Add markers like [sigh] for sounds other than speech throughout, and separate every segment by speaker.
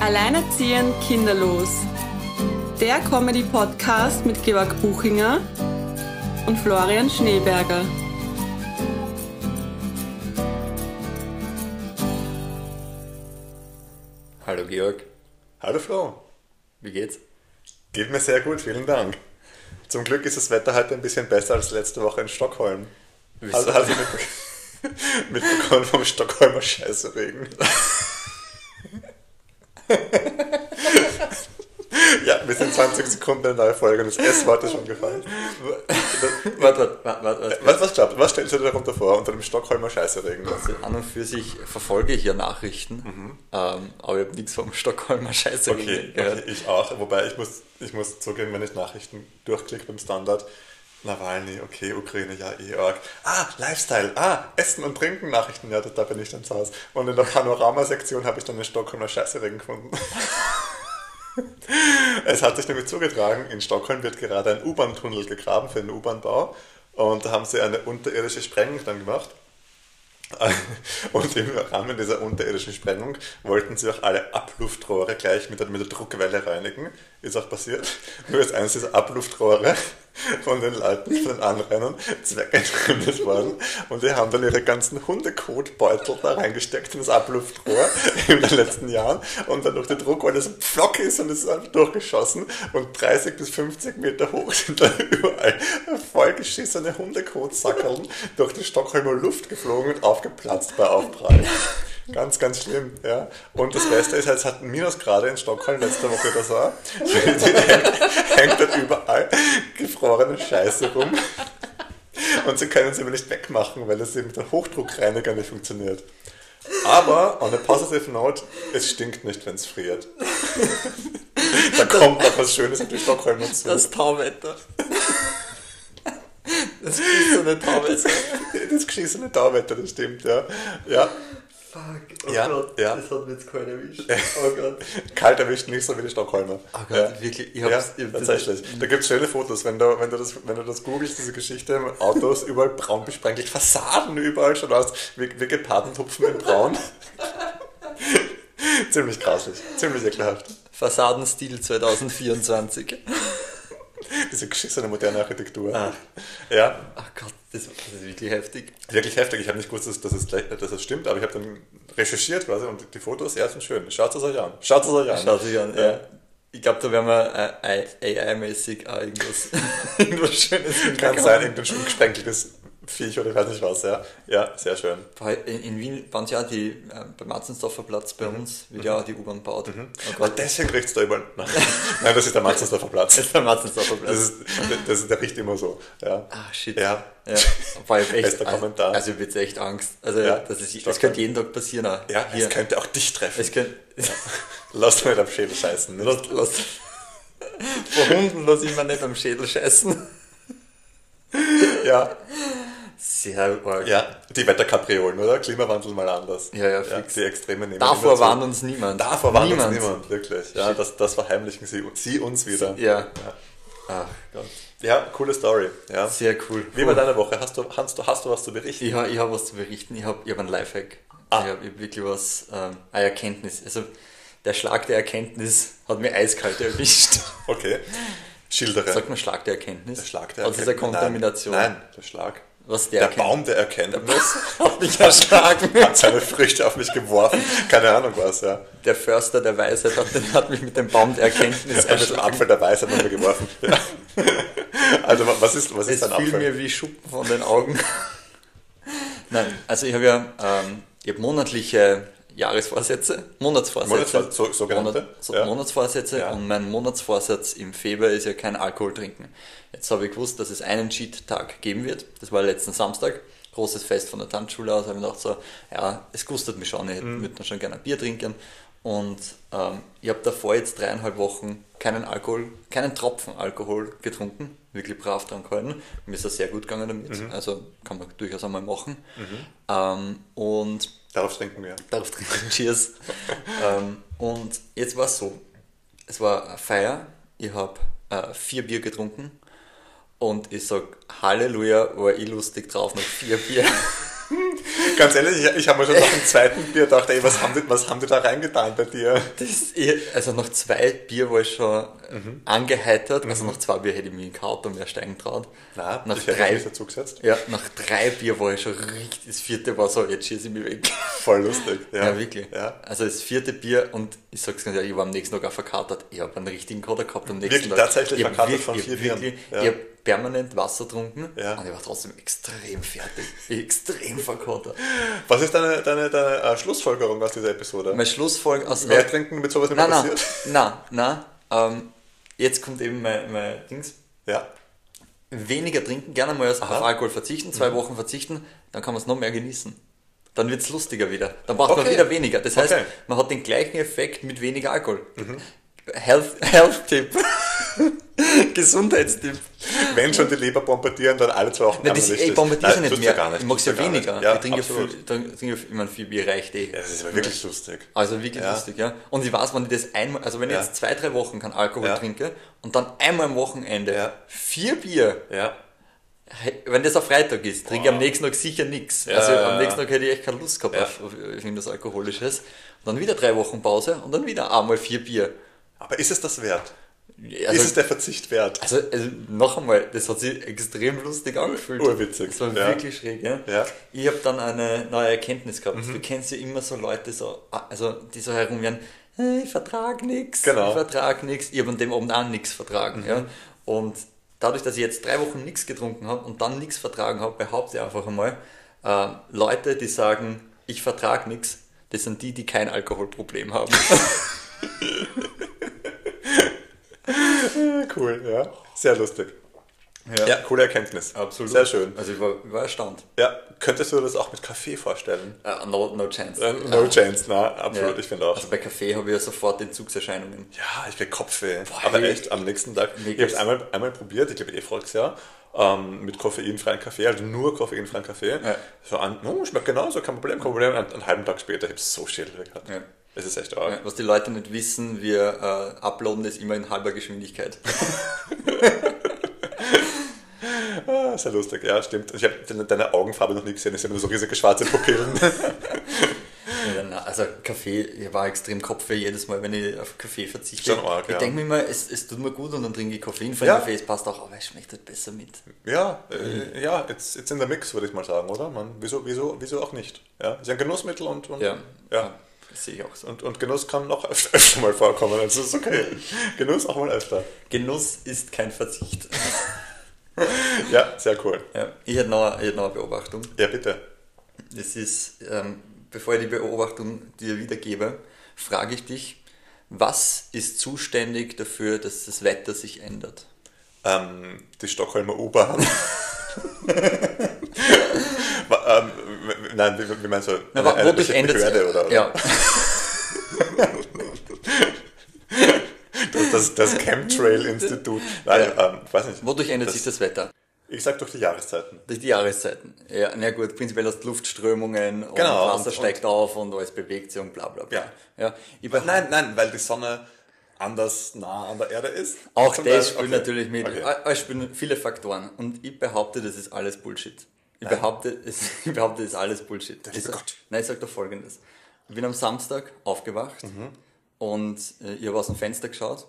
Speaker 1: Alleinerziehend kinderlos. Der Comedy-Podcast mit Georg Buchinger und Florian Schneeberger.
Speaker 2: Hallo Georg,
Speaker 3: Hallo Flo,
Speaker 2: wie geht's?
Speaker 3: geht mir sehr gut, vielen Dank. Zum Glück ist das Wetter heute ein bisschen besser als letzte Woche in Stockholm.
Speaker 2: Wieso?
Speaker 3: Also, also mit, [laughs] mitbekommen vom Stockholmer Scheißeregen. [laughs] ja, wir sind 20 Sekunden in der Folge und das S-Wort ist schon gefallen.
Speaker 2: Warte, warte, warte, warte.
Speaker 3: Was, was, glaubt, was stellst du dir darunter vor, unter dem Stockholmer Scheißeregen?
Speaker 2: Also an und für sich verfolge ich ja Nachrichten, ähm, aber ich habe nichts vom Stockholmer Scheiße
Speaker 3: Okay, okay,
Speaker 2: gehört.
Speaker 3: ich auch. Wobei ich muss, ich muss zugeben, wenn ich Nachrichten durchklicke beim Standard, Nawalny, okay, Ukraine, ja, eh arg. Ah, Lifestyle, ah, Essen und Trinken Nachrichten, ja, da- da bin ich dann zu Hause. Und in der Panorama-Sektion habe ich dann den Stockholmer Scheißeregen gefunden. [laughs] es hat sich nämlich zugetragen, in Stockholm wird gerade ein U-Bahn-Tunnel gegraben für den U-Bahn-Bau und da haben sie eine unterirdische Sprengung dann gemacht. [laughs] Und im Rahmen dieser unterirdischen Sprengung wollten sie auch alle Abluftrohre gleich mit der, mit der Druckwelle reinigen. Ist auch passiert. Nur ist eines dieser Abluftrohre von den Leuten, von den Anrennern, zweckentfremdet worden. Und die haben dann ihre ganzen Hundekotbeutel da reingesteckt in das Abluftrohr in den letzten Jahren. Und dann durch die Druckwelle so pflock ist und es ist einfach durchgeschossen. Und 30 bis 50 Meter hoch sind dann überall vollgeschissene Hundekotsackerln durch die Stockholmer Luft geflogen und aufgeplatzt bei Aufprall. Ganz, ganz schlimm, ja. Und das Beste ist, halt, es hatten Minusgrade in Stockholm letzte Woche das war. hängt, hängt dort überall gefrorene Scheiße rum. Und sie können sie aber nicht wegmachen, weil es eben mit dem Hochdruckreiniger nicht funktioniert. Aber, on a positive note, es stinkt nicht, wenn es friert. da kommt noch was Schönes mit den Stockholmer zu.
Speaker 2: Das Tauwetter. das ist so eine Tauwetter.
Speaker 3: das geschissene Tauwetter, das stimmt, ja. ja.
Speaker 2: [laughs] Fuck,
Speaker 3: oh Ja, Gott, ja. das
Speaker 2: hat mir jetzt keiner erwischt. Oh Gott.
Speaker 3: Kalt erwischt nicht so wie die Stockholmer.
Speaker 2: Oh Gott,
Speaker 3: ja.
Speaker 2: wirklich, ich
Speaker 3: Ja,
Speaker 2: hab's... ich hab das-
Speaker 3: tatsächlich. Da gibt es schöne Fotos, wenn du, wenn, du das, wenn du das googelst, diese Geschichte, Autos überall braun besprenkelt, Fassaden überall schon aus, wie, wie Gepardentupfen
Speaker 2: [laughs]
Speaker 3: in braun. ziemlich grauslich, ziemlich ekelhaft.
Speaker 2: Fassadenstil 2024.
Speaker 3: Diese geschissene moderne Architektur.
Speaker 2: Ah.
Speaker 3: Ja,
Speaker 2: Ach Oh Gott, das, das ist wirklich heftig.
Speaker 3: Wirklich heftig. Ich habe nicht gewusst, dass, dass, es, gleich- dass es stimmt, aber ich habe dann recherchiert quasi und die Fotos, ja, sind schön. Schaut es euch an. Schaut es euch an.
Speaker 2: Schaut sich an,
Speaker 3: Also Ja.
Speaker 2: ja. Ich glaube, da werden wir äh, AI-mäßig auch
Speaker 3: [laughs]
Speaker 2: irgendwas, irgendwas Schönes
Speaker 3: Kann
Speaker 2: hinbekommen.
Speaker 3: sein, irgendein schon gesprenkeltes Viech oder ich weiß nicht was, ja. Ja, sehr schön.
Speaker 2: Bei- In, in Wien waren sie auch die, äh, beim Matzensdorfer Platz
Speaker 3: Mhm.
Speaker 2: bei uns, wird ja auch die U-Bahn gebaut. Oh
Speaker 3: [laughs]
Speaker 2: Gott, das
Speaker 3: Deswegen riecht es da überall. Nein, Nein, das ist der Matzersdorfer Platz.
Speaker 2: ist der Matzensdorfer
Speaker 3: Das
Speaker 2: Platz.
Speaker 3: ist, das ist, der riecht immer so. Ja.
Speaker 2: Ah, shit.
Speaker 3: Ja.
Speaker 2: ja. Wobei ich hab echt,
Speaker 3: Bester Kommentar.
Speaker 2: Also, ich hab jetzt echt Angst. Also,
Speaker 3: Ja,
Speaker 2: das, ist, das
Speaker 3: Stockholm.
Speaker 2: könnte jeden Tag passieren. Auch.
Speaker 3: Ja,
Speaker 2: Hier.
Speaker 3: es könnte auch dich treffen.
Speaker 2: Es
Speaker 3: [laughs]
Speaker 2: könnte.
Speaker 3: Lass mir am Schädel scheißen. Ne?
Speaker 2: Lass, lass. [laughs] Vor Hunden lass ich mir nicht am Schädel scheißen.
Speaker 3: Ja,
Speaker 2: Sehr arg.
Speaker 3: ja. Die Wetterkapriolen, oder? Klimawandel mal anders.
Speaker 2: Ja, ja, fix.
Speaker 3: die Extreme nehmen immer
Speaker 2: Davor
Speaker 3: zu.
Speaker 2: warnt uns niemand.
Speaker 3: Davor warnt uns niemand, wirklich. Ja, das, das verheimlichen sie, sie uns wieder.
Speaker 2: Ja. Ach Gott.
Speaker 3: Ja, coole Story. Ja.
Speaker 2: Sehr cool.
Speaker 3: Wie war deine Woche? Hast du, hast du, hast du was zu berichten?
Speaker 2: Ich, ha- ich habe was zu berichten. Ich habe ich hab einen Lifehack.
Speaker 3: Ah.
Speaker 2: Ich habe hab wirklich was, ähm, eine Erkenntnis. Also der Schlag der Erkenntnis hat mir eiskalt
Speaker 3: [laughs]
Speaker 2: erwischt.
Speaker 3: Okay. Schildere.
Speaker 2: Sagt man Schlag der Erkenntnis?
Speaker 3: der Schlag der
Speaker 2: Also das ist eine
Speaker 3: Erkenntnis-
Speaker 2: Kontamination.
Speaker 3: Nein, nein, der Schlag.
Speaker 2: Was
Speaker 3: Der,
Speaker 2: der,
Speaker 3: Baum der
Speaker 2: [laughs]
Speaker 3: Erkenntnis
Speaker 2: hat mich erschlagen.
Speaker 3: hat seine Früchte auf mich geworfen. Keine Ahnung was, ja.
Speaker 2: Der Förster der Weisheit hat, den, hat mich mit dem Baum der
Speaker 3: [laughs]
Speaker 2: Erkenntnis
Speaker 3: Er hat den
Speaker 2: erschlagen.
Speaker 3: Apfel der Weisheit auf
Speaker 2: [laughs]
Speaker 3: mich geworfen. Ja. Also wa- was ist, was
Speaker 2: Es
Speaker 3: ist ein
Speaker 2: fiel
Speaker 3: Apfel?
Speaker 2: mir wie Schuppen von den Augen. [laughs] Nein, also ich habe ja ähm, ich hab monatliche Jahresvorsätze, Monatsvorsätze.
Speaker 3: Monatsvor- so- sogenannte,
Speaker 2: so,
Speaker 3: ja.
Speaker 2: Monatsvorsätze
Speaker 3: Ja.
Speaker 2: und mein Monatsvorsatz im Februar ist ja kein Alkohol trinken. Jetzt habe ich gewusst, dass es einen Cheat-Tag geben wird. Das war letzten Samstag. Großes Fest von der Tanzschule aus. habe ich gedacht, so, ja, es gustet mich schon, ich hätte- würde dann schon gerne ein Bier trinken. Und ähm, ich habe davor jetzt dreieinhalb Wochen keinen Alkohol, keinen Tropfen Alkohol getrunken. Wirklich brav dran gehalten. Mir ist das sehr gut gegangen damit. Also kann man durchaus einmal machen. Ähm, und
Speaker 3: Darauf trinken wir.
Speaker 2: Darauf trinken wir. Cheers. ähm, und jetzt war es so. Es war eine Feier. Ich habe äh, vier Bier getrunken.
Speaker 3: [laughs]
Speaker 2: Und ich sag Halleluja, war ich lustig drauf nach vier Bier.
Speaker 3: Ganz ehrlich, ich, ich habe mir schon nach
Speaker 2: [laughs]
Speaker 3: dem zweiten Bier gedacht, ey, was haben, die, was haben die da reingetan bei dir?
Speaker 2: Das, ich, also nach zwei Bier war ich schon
Speaker 3: Mhm.
Speaker 2: angeheitert, also nach zwei Bier hätte ich mich in kein Auto mehr steigen traut.
Speaker 3: Na,
Speaker 2: nach
Speaker 3: ich hätte
Speaker 2: drei,
Speaker 3: mich dazu gesetzt.
Speaker 2: ja, nach drei Bier war ich schon richtig, das vierte war so, jetzt schieße ich mich weg.
Speaker 3: Voll lustig.
Speaker 2: Ja, wirklich.
Speaker 3: Ja.
Speaker 2: Also das vierte Bier und ich sag's ganz ehrlich, ich war am nächsten Tag auch verkatert. Ich habe einen richtigen Kater gehabt am nächsten
Speaker 3: Wirklich,
Speaker 2: Tag.
Speaker 3: tatsächlich
Speaker 2: ich hab
Speaker 3: verkatert
Speaker 2: wirklich-
Speaker 3: von vier
Speaker 2: ich hab wirklich-
Speaker 3: Bieren. Ja.
Speaker 2: Ich habe permanent Wasser getrunken
Speaker 3: Ja.
Speaker 2: und ich war trotzdem extrem fertig. extrem verkatert.
Speaker 3: Was ist deine, deine, deine äh, Schlussfolgerung aus dieser Episode?
Speaker 2: Mein Schlussfolgerung aus...
Speaker 3: Mehr trinken mit sowas nicht mehr
Speaker 2: Nein, nein,
Speaker 3: passiert?
Speaker 2: nein, nein. Ähm, jetzt kommt eben mein, mein Dings.
Speaker 3: Ja.
Speaker 2: Weniger trinken, gerne mal erst auf Alkohol verzichten,
Speaker 3: Mhm.
Speaker 2: zwei Wochen verzichten, dann kann man es noch mehr genießen. Dann wird es lustiger wieder. Dann braucht man
Speaker 3: Okay.
Speaker 2: wieder weniger. Das heißt,
Speaker 3: Okay. Mhm.
Speaker 2: man hat den gleichen Effekt mit weniger Alkohol. Health, [laughs] Health-Tipp. Gesundheitstipp.
Speaker 3: Wenn schon die Leber bombardieren, dann alle zwei Wochen
Speaker 2: Nein, das,
Speaker 3: einmal
Speaker 2: ey,
Speaker 3: richtig.
Speaker 2: bombardiere
Speaker 3: Nein,
Speaker 2: nicht
Speaker 3: tust
Speaker 2: mehr.
Speaker 3: du Gar nicht,
Speaker 2: ich mag es
Speaker 3: tust
Speaker 2: ja
Speaker 3: du gar nicht.
Speaker 2: weniger.
Speaker 3: Ja,
Speaker 2: ich trinke viel,
Speaker 3: absolut.
Speaker 2: trinke, trinke viel, ich meine, viel Bier reicht eh.
Speaker 3: Das ist aber wirklich lustig.
Speaker 2: Also wirklich
Speaker 3: Ja.
Speaker 2: lustig, ja. Und ich weiß, wenn ich das einmal, also wenn ich
Speaker 3: Ja.
Speaker 2: jetzt zwei, drei Wochen keinen Alkohol
Speaker 3: Ja.
Speaker 2: trinke und dann einmal am Wochenende
Speaker 3: Ja.
Speaker 2: vier Bier,
Speaker 3: Ja.
Speaker 2: he- wenn das auf Freitag ist, trinke ich am nächsten Tag sicher nichts. also
Speaker 3: ja,
Speaker 2: am
Speaker 3: ja.
Speaker 2: nächsten Tag hätte ich echt keine Lust gehabt
Speaker 3: Ja.
Speaker 2: auf, auf irgendwas Alkoholisches. Und dann wieder drei Wochen Pause und dann wieder einmal vier Bier.
Speaker 3: Aber ist es das wert?
Speaker 2: Also,
Speaker 3: ist es der Verzicht wert?
Speaker 2: also, also noch einmal, das hat sich extrem lustig angefühlt.
Speaker 3: Urwitzig,
Speaker 2: Das war
Speaker 3: ja.
Speaker 2: wirklich schräg, ja.
Speaker 3: Ja. Mhm.
Speaker 2: Ich habe dann eine neue Erkenntnis gehabt. Du kennst ja immer so Leute, so, also, die so herumgehen, "Äh, ich vertrag nichts,
Speaker 3: Genau. Mhm.
Speaker 2: ich vertrag nichts. Ich habe an dem Abend auch nichts vertragen. Ja. Und dadurch, dass ich jetzt drei Wochen nichts getrunken habe und dann nichts vertragen habe, behaupte ich einfach einmal, äh, Leute, die sagen, ich vertrag nichts, das sind die, die kein Alkoholproblem haben.
Speaker 3: Ja, Ah, cool, ja. Sehr lustig.
Speaker 2: Ja.
Speaker 3: [laughs] Ja, coole Erkenntnis. Sehr schön.
Speaker 2: Also ich war, ich war erstaunt.
Speaker 3: Ja, könntest du dir das auch mit Kaffee vorstellen?
Speaker 2: Äh, no, no chance.
Speaker 3: Äh, No chance, na, absolut,
Speaker 2: Ja.
Speaker 3: ich finde auch.
Speaker 2: Also bei Kaffee habe ich ja sofort Entzugserscheinungen.
Speaker 3: Ja, ich krieg Kopfweh.
Speaker 2: Boah,
Speaker 3: aber
Speaker 2: ey.
Speaker 3: echt, am nächsten Tag.
Speaker 2: Mir
Speaker 3: Ich habe es
Speaker 2: geht's-
Speaker 3: einmal, einmal probiert, ich glaube, ihr folgt ja, ähm, mit koffeinfreien Kaffee, also nur koffeinfreien Kaffee.
Speaker 2: Ja.
Speaker 3: So an, hm, schmeckt genauso, kein Problem, kein Problem. Und einen halben Tag später, ich habe so Schädel gehabt.
Speaker 2: Ja.
Speaker 3: Es ist echt arg.
Speaker 2: Was die Leute nicht wissen, wir äh, uploaden das immer in halber Geschwindigkeit.
Speaker 3: Ah, sehr lustig, ja, stimmt. Ich habe deine, deine Augenfarbe noch nie gesehen, es sind nur so riesige
Speaker 2: [laughs]
Speaker 3: schwarze Pupillen.
Speaker 2: Ja, na, also Kaffee, ich war extrem Kopfweh jedes Mal, wenn ich auf Kaffee verzichte.
Speaker 3: Schon arg,
Speaker 2: ich
Speaker 3: ja.
Speaker 2: denke mir immer, es, es tut mir gut und dann trinke ich koffeinfreien
Speaker 3: Ja.
Speaker 2: Kaffee, es passt auch, aber es schmeckt halt besser mit.
Speaker 3: ja,
Speaker 2: Mhm.
Speaker 3: äh, ja, it's, it's in the mix, würde ich mal sagen, oder? Man, wieso, wieso, wieso auch nicht? Ja, ist ja ein Genussmittel und, und
Speaker 2: Ja,
Speaker 3: ja.
Speaker 2: das sehe ich auch so.
Speaker 3: Und, und Genuss kann noch öfter, öfter mal vorkommen, also
Speaker 2: [laughs]
Speaker 3: ist okay. Genuss auch mal öfter.
Speaker 2: Genuss ist kein Verzicht.
Speaker 3: Ja, sehr cool.
Speaker 2: ja. Ich hätte noch, ich hätte noch eine Beobachtung.
Speaker 3: Ja, bitte.
Speaker 2: Das ist, ähm, bevor ich die Beobachtung dir wiedergebe, frage ich dich, was ist zuständig dafür, dass das Wetter sich ändert?
Speaker 3: Ähm, die Stockholmer [laughs] U-Bahn. Wa- ähm, w- nein, wie, wie meinst du?
Speaker 2: Na, wa- wodurch
Speaker 3: bestimmte
Speaker 2: ändert
Speaker 3: Behörde oder? oder?
Speaker 2: Ja,
Speaker 3: Das, das Chemtrail-Institut. Nein,
Speaker 2: Ja.
Speaker 3: ähm, ich weiß nicht.
Speaker 2: wodurch
Speaker 3: [laughs]
Speaker 2: ändert sich das Wetter?
Speaker 3: Ich sag durch die Jahreszeiten.
Speaker 2: Durch die Jahreszeiten. Ja, na gut, prinzipiell hast du Luftströmungen und
Speaker 3: Genau,
Speaker 2: Wasser
Speaker 3: und-
Speaker 2: steigt auf und alles bewegt sich und bla bla bla.
Speaker 3: Ja.
Speaker 2: ja. Ich
Speaker 3: Aber nein, nein, weil die Sonne anders nah an der Erde ist.
Speaker 2: Auch
Speaker 3: Zum
Speaker 2: das
Speaker 3: Beispiel-
Speaker 2: spielt
Speaker 3: okay.
Speaker 2: natürlich mit.
Speaker 3: Okay.
Speaker 2: All- all spielen viele Faktoren. Und ich behaupte, das ist alles Bullshit. Ich behaupte, es, [laughs] ich behaupte, das ist alles Bullshit.
Speaker 3: liebe
Speaker 2: Ich sag-
Speaker 3: Gott.
Speaker 2: Nein, ich sag doch folgendes. Ich bin am Samstag aufgewacht und äh, ich habe aus dem Fenster geschaut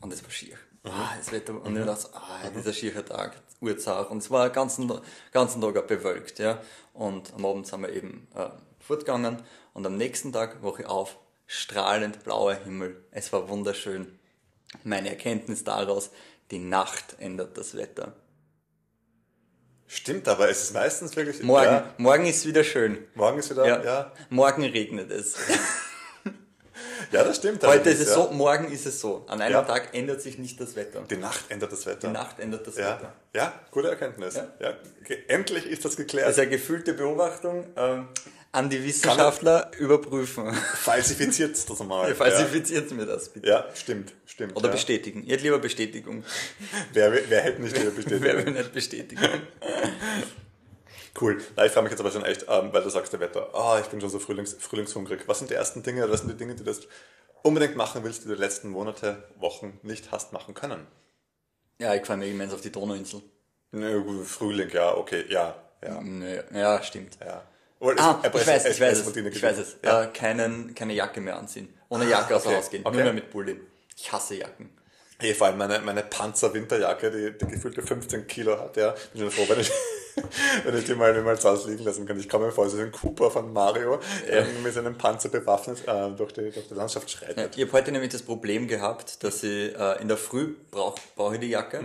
Speaker 2: und es war schier. Ah, das Wetter, und ich dachte, so, ah, dieser schiere Tag, Uhrzeit. Und es war den ganzen, ganzen Tag auch bewölkt. Ja. Und am Abend sind wir eben äh, fortgegangen und am nächsten Tag wache ich auf, strahlend blauer Himmel. Es war wunderschön. Meine Erkenntnis daraus, die Nacht ändert das Wetter.
Speaker 3: Stimmt, aber es ist meistens wirklich.
Speaker 2: Morgen,
Speaker 3: Ja,
Speaker 2: morgen ist wieder schön.
Speaker 3: morgen ist wieder.
Speaker 2: Ja.
Speaker 3: Ja, ja.
Speaker 2: Morgen regnet
Speaker 3: [laughs]
Speaker 2: es.
Speaker 3: das stimmt.
Speaker 2: Heute
Speaker 3: allerdings,
Speaker 2: ist es
Speaker 3: ja.
Speaker 2: so, morgen ist es so. An einem
Speaker 3: Ja.
Speaker 2: Tag ändert sich nicht das Wetter. Die
Speaker 3: Die Nacht ändert das Wetter.
Speaker 2: Nacht ändert das
Speaker 3: Ja,
Speaker 2: Wetter.
Speaker 3: ja gute Erkenntnis.
Speaker 2: Ja.
Speaker 3: Ja. Ge- Endlich ist das geklärt.
Speaker 2: Das ist eine gefühlte Beobachtung ähm, an die Wissenschaftler überprüfen. [laughs]
Speaker 3: Falsifiziert das mal.
Speaker 2: Falsifiziert mir das bitte.
Speaker 3: ja. ja, stimmt, stimmt.
Speaker 2: Oder
Speaker 3: ja.
Speaker 2: bestätigen. Ihr hättet lieber
Speaker 3: [laughs]
Speaker 2: Bestätigung.
Speaker 3: Wer, wer hätte nicht
Speaker 2: [laughs]
Speaker 3: wieder
Speaker 2: Wer will
Speaker 3: bestätigt?
Speaker 2: nicht bestätigen?
Speaker 3: cool. Na, ich frage mich jetzt aber schon echt, ähm, weil du sagst, der Wetter. Ah, ich bin schon so frühlings, frühlingshungrig. Was sind die ersten Dinge, was sind die Dinge, die du jetzt unbedingt machen willst, die du die letzten Monate, Wochen nicht hast machen können?
Speaker 2: Ja, ich fahre mir immens auf die Donauinsel.
Speaker 3: Nö, gut, Frühling, ja, okay, ja, ja,
Speaker 2: Naja, ja, stimmt.
Speaker 3: ja. Obwohl,
Speaker 2: Ah,
Speaker 3: aber
Speaker 2: ich weiß,
Speaker 3: es-
Speaker 2: ich weiß
Speaker 3: hat
Speaker 2: es.
Speaker 3: ihnen
Speaker 2: Ich weiß es.
Speaker 3: gegeben. Ja. Ah,
Speaker 2: Äh, keinen, keine Jacke mehr anziehen. Ohne Jacke aus dem
Speaker 3: okay.
Speaker 2: Haus gehen.
Speaker 3: Okay.
Speaker 2: Nur mehr mit Pulli. Ich hasse Jacken.
Speaker 3: Hey, vor allem meine, meine Panzerwinterjacke, die, die gefühlte 15 Kilo hat, ja. Bin schon froh, wenn ich, [laughs] wenn ich die mal, mal zu Hause liegen lassen kann. Ich komme mir vor, es ist ein Cooper von Mario, der mit seinem Panzer bewaffnet äh, durch, die, durch die Landschaft
Speaker 2: Ja,
Speaker 3: schreitet.
Speaker 2: ich habe heute nämlich das Problem gehabt, dass ich äh, in der Früh brauche brauch ich die Jacke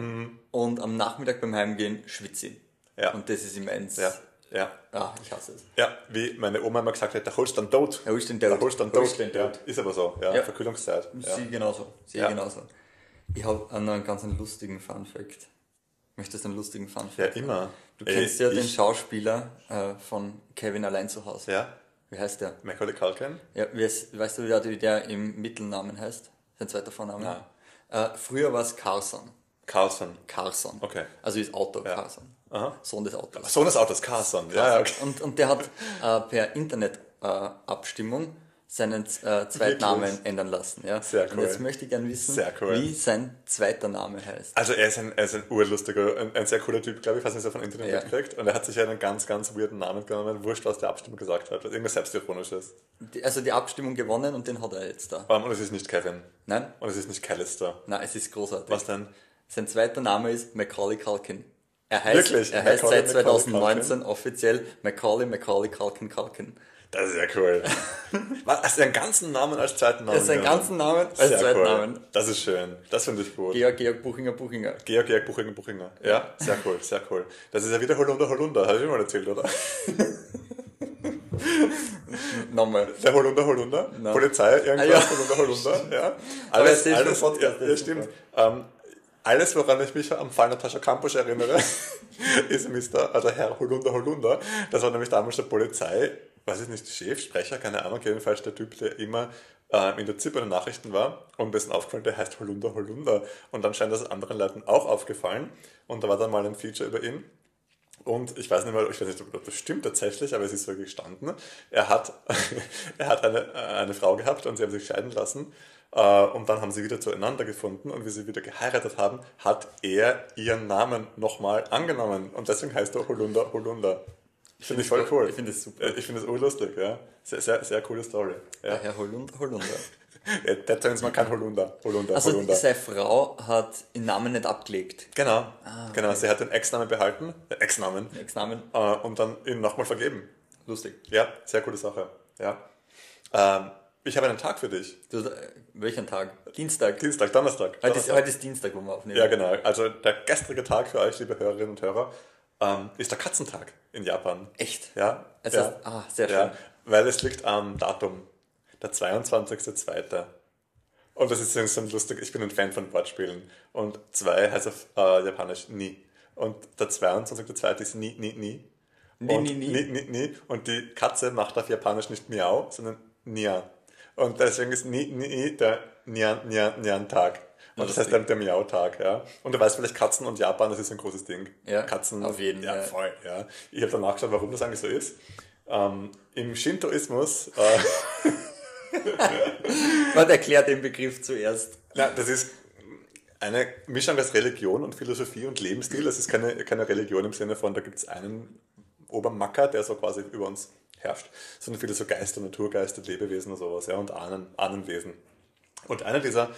Speaker 2: und am Nachmittag beim Heimgehen schwitze ich.
Speaker 3: Mhm. Ja.
Speaker 2: Und das ist immens.
Speaker 3: Ja, ja.
Speaker 2: Ah, ich hasse es.
Speaker 3: Ja, wie meine Oma immer gesagt hat, der holst dann tot.
Speaker 2: Der holst dann tot.
Speaker 3: Der holst dann
Speaker 2: Holst
Speaker 3: tot.
Speaker 2: dann
Speaker 3: Ja,
Speaker 2: tot.
Speaker 3: ist aber so, ja.
Speaker 2: Ja.
Speaker 3: Verkühlungszeit. Ja.
Speaker 2: Sie genauso. Sie
Speaker 3: Ja.
Speaker 2: genauso. Ich habe einen ganz einen lustigen Funfact. Möchtest du einen lustigen Funfact?
Speaker 3: ja, immer.
Speaker 2: Du
Speaker 3: Ey,
Speaker 2: kennst ja den
Speaker 3: ich-
Speaker 2: Schauspieler äh, von Kevin allein zu Hause.
Speaker 3: Ja,
Speaker 2: Wie heißt der?
Speaker 3: Macaulay Culkin.
Speaker 2: Ja, wie es- weißt du, wie der- wie der im Mittelnamen heißt? Sein zweiter Vorname?
Speaker 3: Nein.
Speaker 2: Äh, früher war es Carson.
Speaker 3: Carson.
Speaker 2: Carson.
Speaker 3: Okay.
Speaker 2: Also ist Auto Carson.
Speaker 3: Aha.
Speaker 2: Sohn des Autos.
Speaker 3: Sohn des Autos, Carson. Ja, ja, okay.
Speaker 2: Und, und der hat äh, per Internetabstimmung äh, Abstimmung seinen äh, zweiten
Speaker 3: Wirklich?
Speaker 2: Namen ändern lassen. Ja?
Speaker 3: Sehr
Speaker 2: Und
Speaker 3: cool.
Speaker 2: jetzt möchte ich gerne wissen,
Speaker 3: Sehr cool.
Speaker 2: wie sein zweiter Name heißt.
Speaker 3: Also er ist ein, er ist ein urlustiger, ein, ein sehr cooler Typ, glaube ich, falls man es auf dem Internet
Speaker 2: Ja.
Speaker 3: mitkriegt. Und er hat sich einen ganz, ganz weirden Namen genommen, wurscht, was der Abstimmung gesagt hat. Irgendwas Selbstironisches.
Speaker 2: Die, also die Abstimmung gewonnen und den hat er jetzt da.
Speaker 3: Um, und es ist nicht Kevin.
Speaker 2: Nein?
Speaker 3: Und es ist nicht Callister.
Speaker 2: Nein, es ist großartig.
Speaker 3: Was denn?
Speaker 2: Sein zweiter Name ist Macaulay Culkin. Er heißt,
Speaker 3: Wirklich?
Speaker 2: er heißt
Speaker 3: Macaulay,
Speaker 2: seit
Speaker 3: Macaulay
Speaker 2: 2019 offiziell Macaulay Macaulay Culkin Culkin.
Speaker 3: Das ist ja
Speaker 2: [laughs]
Speaker 3: cool. Was, hast du deinen ganzen Namen als zweiten Namen?
Speaker 2: Er ist Also seinen
Speaker 3: genommen?
Speaker 2: ganzen Namen als
Speaker 3: Sehr
Speaker 2: zweiten
Speaker 3: cool.
Speaker 2: Namen.
Speaker 3: Das ist schön. Das finde ich gut.
Speaker 2: Georg, Georg Buchinger Buchinger.
Speaker 3: Georg, Georg, Buchinger, Buchinger. Ja, sehr cool, sehr cool. Das ist ja wieder Holunder, Holunder. Habe ich schon mal erzählt, oder?
Speaker 2: Nochmal.
Speaker 3: Der Holunder, Holunder.
Speaker 2: Nein.
Speaker 3: Polizei, irgendwas,
Speaker 2: Ah, ja. [laughs]
Speaker 3: Holunder, Holunder. Ja.
Speaker 2: Aber
Speaker 3: Alles,
Speaker 2: erzähl
Speaker 3: alles,
Speaker 2: schon im Podcast,
Speaker 3: ja,
Speaker 2: das
Speaker 3: ja,
Speaker 2: ist
Speaker 3: stimmt. Ähm, alles, woran ich mich am Fall Natascha Kampusch erinnere, [laughs] ist Mr., also Herr Holunder, Holunder. Das war nämlich damals der Polizei, weiß ich nicht, Chef, Sprecher, keine Ahnung, jedenfalls der Typ, der immer ähm, in der ZIP bei den Nachrichten war und dessen aufgefallen, der heißt Holunder, Holunder. Und anscheinend ist es anderen Leuten auch aufgefallen. Und da war dann mal ein Feature über ihn. Und ich weiß nicht mal, ich weiß nicht, ob das stimmt tatsächlich, aber es ist so gestanden. Er hat, [laughs] er hat eine, äh, eine Frau gehabt und sie haben sich scheiden lassen. Äh, Und dann haben sie wieder zueinander gefunden und wie sie wieder geheiratet haben, hat er ihren Namen nochmal angenommen. Und deswegen heißt er Holunder Holunder. Finde ich voll
Speaker 2: das-
Speaker 3: cool.
Speaker 2: ich finde das super.
Speaker 3: Äh, Ich finde das urlustig, ja. Sehr, sehr, sehr coole Story. Ja.
Speaker 2: Herr Holunder Holunder.
Speaker 3: [laughs] Äh, Der sagt jetzt mal kein Holunder. Holunder,
Speaker 2: Also
Speaker 3: Holunder.
Speaker 2: seine Frau hat den Namen nicht abgelegt.
Speaker 3: Genau. Genau, sie hat den Ex-Namen behalten. Den Ex-Namen.
Speaker 2: Ah, Ex-Namen.
Speaker 3: Äh, Und dann ihn nochmal vergeben.
Speaker 2: Lustig.
Speaker 3: Ja, sehr coole Sache. Ja. Ähm, ich habe einen Tag für dich.
Speaker 2: Du, äh, welchen Tag? Dienstag.
Speaker 3: Dienstag, Donnerstag.
Speaker 2: Heute ist,
Speaker 3: Donnerstag.
Speaker 2: heute ist Ah, Dienstag, wo wir aufnehmen.
Speaker 3: Ja, genau. Also der gestrige Tag für euch, liebe Hörerinnen und Hörer, ähm, ist der Katzentag in Japan.
Speaker 2: Echt?
Speaker 3: Ja.
Speaker 2: Es
Speaker 3: ja.
Speaker 2: ist- ah, sehr
Speaker 3: ja,
Speaker 2: schön.
Speaker 3: Weil es liegt am Datum. Der 22.02. Und das ist so- so ein lustig, ich bin ein Fan von Wortspielen. Und zwei heißt auf äh, Japanisch nie. Und der 22.02. ist nie, nie, nie.
Speaker 2: Nie,
Speaker 3: und
Speaker 2: nie, nie.
Speaker 3: nie, nie, nie. Und die Katze macht auf Japanisch nicht miau, sondern nia. Und deswegen ist nie, nie, nie der nian, nian, nian Tag. Und das heißt dann der Miau-Tag, ja. Und du weißt vielleicht, Katzen und Japan, das ist ein großes Ding.
Speaker 2: Ja,
Speaker 3: Katzen.
Speaker 2: auf jeden
Speaker 3: ja,
Speaker 2: Fall.
Speaker 3: voll, ja. Ich habe dann nachgeschaut, warum das eigentlich so ist. Ähm, Im Shintoismus, äh,
Speaker 2: Man erklärt den Begriff zuerst.
Speaker 3: na, das ist eine Mischung aus Religion und Philosophie und Lebensstil. Das ist keine, keine Religion im Sinne von, da gibt es einen Obermacker, der so quasi über uns herrscht, sondern viele so Geister, Naturgeister, Lebewesen und sowas, ja, und Ahnen, Ahnenwesen. Und einer dieser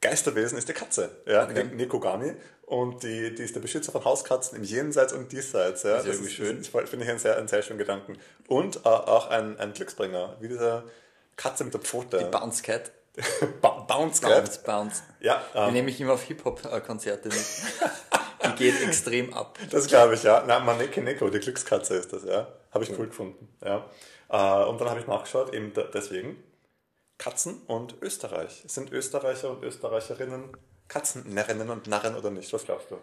Speaker 3: Geisterwesen ist die Katze, ja, Ne- Nekogami. Und die, die ist der Beschützer von Hauskatzen im Jenseits und Diesseits. Ja. Das,
Speaker 2: irgendwie
Speaker 3: ist
Speaker 2: schön.
Speaker 3: das ist- Finde ich einen sehr, einen sehr schönen Gedanken. Und äh, auch ein, ein Glücksbringer, wie dieser Katze mit der Pfote. Die
Speaker 2: Bounce
Speaker 3: [laughs]
Speaker 2: Cat.
Speaker 3: Äh. Bounce Cat.
Speaker 2: Bounce, Bounce.
Speaker 3: Ja,
Speaker 2: Die
Speaker 3: ähm,
Speaker 2: nehme ich immer auf Hip-Hop-Konzerte mit. Die geht extrem ab.
Speaker 3: das glaube ich, ja. Na, Maneke Neko, die Glückskatze ist das, ja. Habe ich cool gefunden, ja. Äh, und dann habe ich nachgeschaut, eben de- deswegen, Katzen und Österreich. Sind Österreicher und Österreicherinnen Katzennerrinnen und Narren oder nicht? Was glaubst du?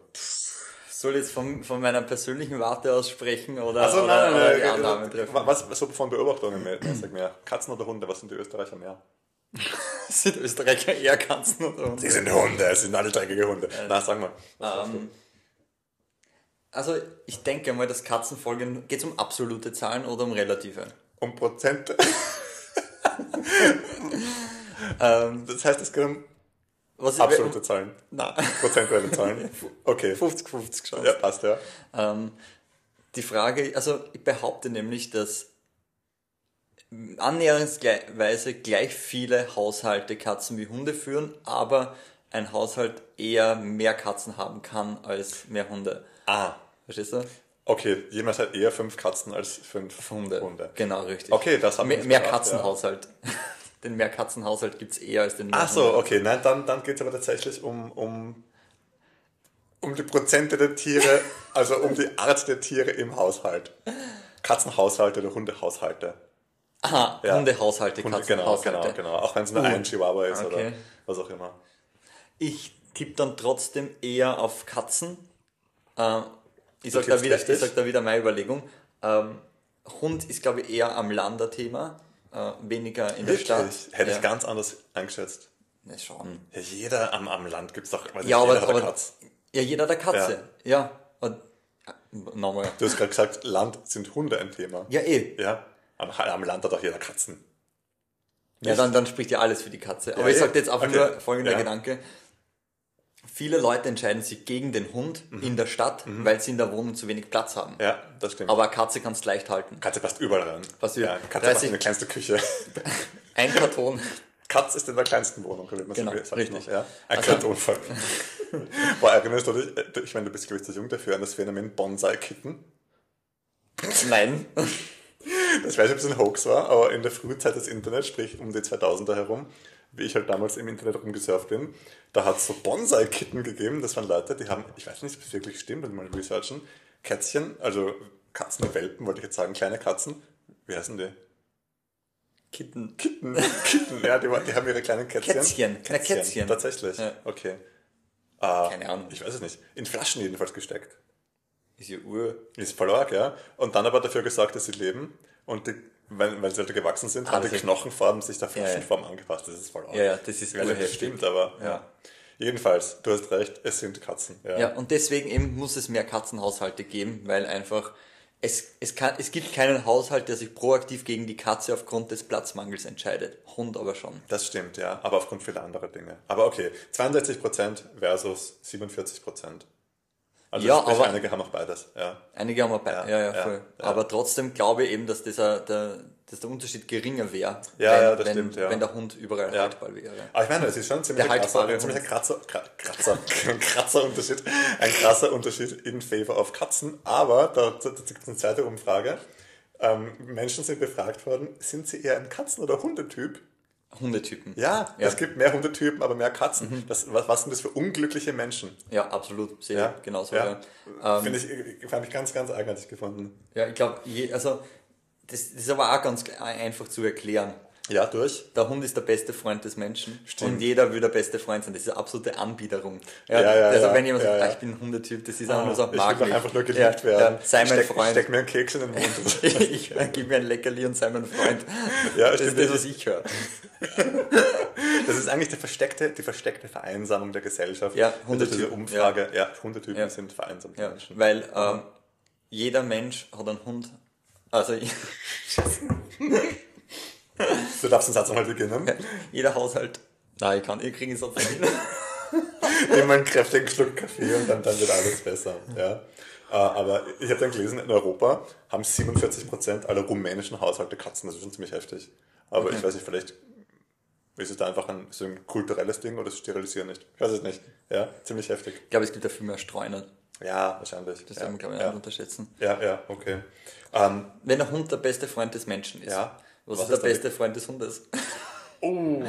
Speaker 2: Soll jetzt von, von meiner persönlichen Warte aus sprechen oder,
Speaker 3: Also,
Speaker 2: oder,
Speaker 3: nein,
Speaker 2: oder
Speaker 3: nein,
Speaker 2: die
Speaker 3: nein,
Speaker 2: Annahmen
Speaker 3: nein,
Speaker 2: treffen?
Speaker 3: was, was so von Beobachtungen mehr, sag mir, Katzen oder Hunde, was sind die Österreicher mehr?
Speaker 2: Sind Österreicher eher Katzen oder uns?
Speaker 3: Die sind Hunde, es sind alle dreckige Hunde. Na, sag mal.
Speaker 2: Ähm, also ich denke mal, dass Katzenfolgen geht es um absolute Zahlen oder um relative.
Speaker 3: Um [laughs] Prozent,
Speaker 2: Ähm,
Speaker 3: das heißt, es geht um
Speaker 2: was
Speaker 3: absolute Zahlen,
Speaker 2: Na, [laughs]
Speaker 3: prozentuelle Zahlen. Okay,
Speaker 2: 50-50 Chance.
Speaker 3: ja, passt, ja.
Speaker 2: Ähm, Die Frage, also ich behaupte nämlich, dass annäherungsweise gleich viele Haushalte Katzen wie Hunde führen, aber ein Haushalt eher mehr Katzen haben kann als mehr Hunde.
Speaker 3: Ah,
Speaker 2: Verstehst du?
Speaker 3: okay. Jemand hat eher fünf Katzen als fünf
Speaker 2: Hunde.
Speaker 3: Hunde.
Speaker 2: Genau, richtig.
Speaker 3: Okay, das haben
Speaker 2: Mehr,
Speaker 3: wir nicht
Speaker 2: mehr
Speaker 3: gedacht, ja.
Speaker 2: Katzenhaushalt. [laughs] den mehr Katzenhaushalt gibt's eher als den mehr
Speaker 3: Ach so,
Speaker 2: Hunde.
Speaker 3: okay. Nein, dann, dann geht es aber tatsächlich um, um, um die Prozente
Speaker 2: [laughs]
Speaker 3: der Tiere, also um die Art der Tiere im Haushalt. Katzenhaushalte oder Hundehaushalte.
Speaker 2: Aha,
Speaker 3: Ja.
Speaker 2: Hundehaushalte,
Speaker 3: Hunde, genau,
Speaker 2: Katzenhaushalte.
Speaker 3: genau, genau. Auch wenn es nur ein Chihuahua ist
Speaker 2: Okay.
Speaker 3: oder was auch immer.
Speaker 2: Ich tippe dann trotzdem eher auf Katzen. Ähm, ich,
Speaker 3: Du
Speaker 2: sag da
Speaker 3: tippst
Speaker 2: wieder,
Speaker 3: richtig?
Speaker 2: ich sag da wieder meine Überlegung. Ähm, Hund ist, glaube ich, eher am Land ein Thema, äh, weniger in der Stadt.
Speaker 3: Wirklich? Hätte
Speaker 2: ja.
Speaker 3: ich ganz anders eingeschätzt.
Speaker 2: Ja, schon.
Speaker 3: Ja, jeder am, am Land gibt es doch.
Speaker 2: Ja,
Speaker 3: weiß nicht,
Speaker 2: aber,
Speaker 3: jeder hat eine
Speaker 2: aber
Speaker 3: Katz.
Speaker 2: ja, jeder hat eine Katze. Ja. Und, äh, nochmal.
Speaker 3: Du hast gerade gesagt, Land sind Hunde ein Thema.
Speaker 2: Ja, eh.
Speaker 3: Ja. Am, am Land hat doch jeder Katzen.
Speaker 2: Ja, dann, dann spricht ja alles für die Katze. Aber
Speaker 3: Ja,
Speaker 2: ich
Speaker 3: eh.
Speaker 2: sage jetzt einfach
Speaker 3: Okay.
Speaker 2: nur folgender
Speaker 3: Ja.
Speaker 2: Gedanke. Viele Leute entscheiden sich gegen den Hund in der Stadt, weil sie in der Wohnung zu wenig Platz haben.
Speaker 3: Mhm. Ja, das stimmt.
Speaker 2: Aber eine Katze kannst leicht halten.
Speaker 3: Katze passt überall rein.
Speaker 2: Passt
Speaker 3: ja,
Speaker 2: überall.
Speaker 3: Katze passt
Speaker 2: 30
Speaker 3: in die kleinste Küche. [laughs]
Speaker 2: Ein Karton.
Speaker 3: Katz ist in der kleinsten Wohnung, würde man
Speaker 2: Genau,
Speaker 3: sagen. sagt
Speaker 2: richtig.
Speaker 3: man, Ja. Ein
Speaker 2: Also-
Speaker 3: Kartonfall. [laughs] Boah, erinnerst du dich, äh, ich meine, du bist gewiss zu jung dafür, an das Phänomen Bonsai-Kitten?
Speaker 2: Nein.
Speaker 3: Ich weiß nicht, ob es ein Hoax war, aber in der Frühzeit des Internets, sprich um die 2000er herum, wie ich halt damals im Internet rumgesurft bin, da hat es so Bonsai-Kitten gegeben. Das waren Leute, die haben, ich weiß nicht, ob es wirklich stimmt, wenn wir mal researchen, Kätzchen, also Katzenwelpen, wollte ich jetzt sagen, kleine Katzen. Wie heißen die?
Speaker 2: Kitten.
Speaker 3: Kitten, Kitten, ja, die, war- die haben ihre kleinen Kätzchen.
Speaker 2: Kätzchen, na,
Speaker 3: Kätzchen,
Speaker 2: Kätzchen.
Speaker 3: Tatsächlich,
Speaker 2: Ja.
Speaker 3: okay.
Speaker 2: Keine Ahnung.
Speaker 3: Ich weiß es nicht. In Flaschen jedenfalls gesteckt.
Speaker 2: Ist ja Uhr.
Speaker 3: Ist voll arg, ja. Und dann aber dafür gesorgt, dass sie leben. Und die, weil, weil sie halt gewachsen sind,
Speaker 2: Ah,
Speaker 3: haben die
Speaker 2: das ist-
Speaker 3: Knochenform sich der
Speaker 2: ja.
Speaker 3: Flaschenform angepasst. Das ist voll arg.
Speaker 2: Ja, ja, das ist
Speaker 3: Ich weiß nicht, ob das
Speaker 2: urheftig.
Speaker 3: stimmt, aber
Speaker 2: Ja.
Speaker 3: ja. Jedenfalls, du hast recht, es sind Katzen. Ja.
Speaker 2: Ja, und deswegen eben muss es mehr Katzenhaushalte geben, weil einfach es, es, kann, es gibt keinen Haushalt, der sich proaktiv gegen die Katze aufgrund des Platzmangels entscheidet. Hund aber schon.
Speaker 3: Das stimmt, ja. Aber aufgrund vieler anderer Dinge. Aber okay, 62% versus 47%. Also
Speaker 2: Ja,
Speaker 3: sprich,
Speaker 2: aber-
Speaker 3: einige haben auch beides. Ja.
Speaker 2: Einige haben wir bei. Ja, ja,
Speaker 3: ja,
Speaker 2: voll.
Speaker 3: ja.
Speaker 2: Aber trotzdem glaube ich eben, dass, dieser, der, dass der Unterschied geringer wäre,
Speaker 3: Ja,
Speaker 2: wenn,
Speaker 3: ja, das
Speaker 2: wenn,
Speaker 3: stimmt, ja.
Speaker 2: wenn der Hund überall
Speaker 3: Ja.
Speaker 2: haltbar wäre.
Speaker 3: Aber ich meine, das ist schon also ein ziemlicher,
Speaker 2: Der Halt
Speaker 3: krasser,
Speaker 2: haltbare
Speaker 3: ein ziemlicher Kratzer, Kra- Kratzer, [laughs] ein krasser Unterschied, ein krasser Unterschied in favor of Katzen. Aber da, da, da gibt es eine zweite Umfrage. Ähm, Menschen sind befragt worden, sind sie eher ein Katzen- oder Hundetyp?
Speaker 2: Hundetypen.
Speaker 3: Ja,
Speaker 2: Ja. Mhm.
Speaker 3: es gibt mehr Hundetypen, aber mehr Katzen. Das, was, was sind das für unglückliche Menschen?
Speaker 2: Ja, absolut. Sehe
Speaker 3: Ja,
Speaker 2: ich genauso.
Speaker 3: ja.
Speaker 2: Ja. Ähm,
Speaker 3: Finde ich, habe ich ganz, ganz eigenartig gefunden.
Speaker 2: ja, ich glaube, je- also das, das ist aber auch ganz einfach zu erklären.
Speaker 3: Ja, durch.
Speaker 2: der Hund ist der beste Freund des Menschen
Speaker 3: Stimmt.
Speaker 2: und jeder will der beste Freund sein. Das ist eine absolute Anbiederung. Ja,
Speaker 3: Ja, ja,
Speaker 2: also
Speaker 3: ja,
Speaker 2: wenn jemand
Speaker 3: ja,
Speaker 2: sagt,
Speaker 3: ja. Ah,
Speaker 2: ah, ich bin ein Hundetyp, das ist einfach nur so,
Speaker 3: ich
Speaker 2: mag
Speaker 3: will doch
Speaker 2: mich.
Speaker 3: einfach nur geliebt
Speaker 2: ja,
Speaker 3: werden.
Speaker 2: Ja, sei mein
Speaker 3: steck,
Speaker 2: Freund. [laughs]
Speaker 3: Steck mir einen Keks in den Mund.
Speaker 2: ich äh, gib mir ein Leckerli und sei mein Freund.
Speaker 3: Ja,
Speaker 2: das ist
Speaker 3: stimmt.
Speaker 2: das, was ich höre.
Speaker 3: Das ist eigentlich die versteckte, die versteckte Vereinsamung der Gesellschaft.
Speaker 2: Ja,
Speaker 3: Hunde
Speaker 2: Hundetyp,
Speaker 3: diese Umfrage. Ja, Hundetypen
Speaker 2: Ja.
Speaker 3: sind vereinsamte
Speaker 2: Ja,
Speaker 3: Menschen.
Speaker 2: weil ähm, jeder Mensch hat einen Hund. Also [laughs]
Speaker 3: Du darfst den Satz nochmal beginnen.
Speaker 2: jeder Haushalt. Nein, ich kann, ich kriege es auch nicht. hin.
Speaker 3: Nimm mal einen kräftigen Schluck Kaffee und dann, dann wird alles besser. Ja. Äh, Aber ich habe dann gelesen, in Europa haben 47% aller rumänischen Haushalte Katzen. Das ist schon ziemlich heftig. Aber ich weiß nicht, vielleicht ist es da einfach ein, so ein kulturelles Ding oder sie sterilisieren nicht. Ich weiß es nicht. Ja, ziemlich heftig.
Speaker 2: Ich glaube, es gibt da viel mehr Streuner.
Speaker 3: Ja, wahrscheinlich.
Speaker 2: Das
Speaker 3: ja,
Speaker 2: darf man, glaube ich, nicht
Speaker 3: ja.
Speaker 2: unterschätzen.
Speaker 3: ja, ja, okay. Ähm,
Speaker 2: Wenn der Hund der beste Freund des Menschen ist,
Speaker 3: Ja.
Speaker 2: was, ist
Speaker 3: Was
Speaker 2: der
Speaker 3: ist der
Speaker 2: beste Freund des
Speaker 3: [laughs]
Speaker 2: Hundes?
Speaker 3: oh,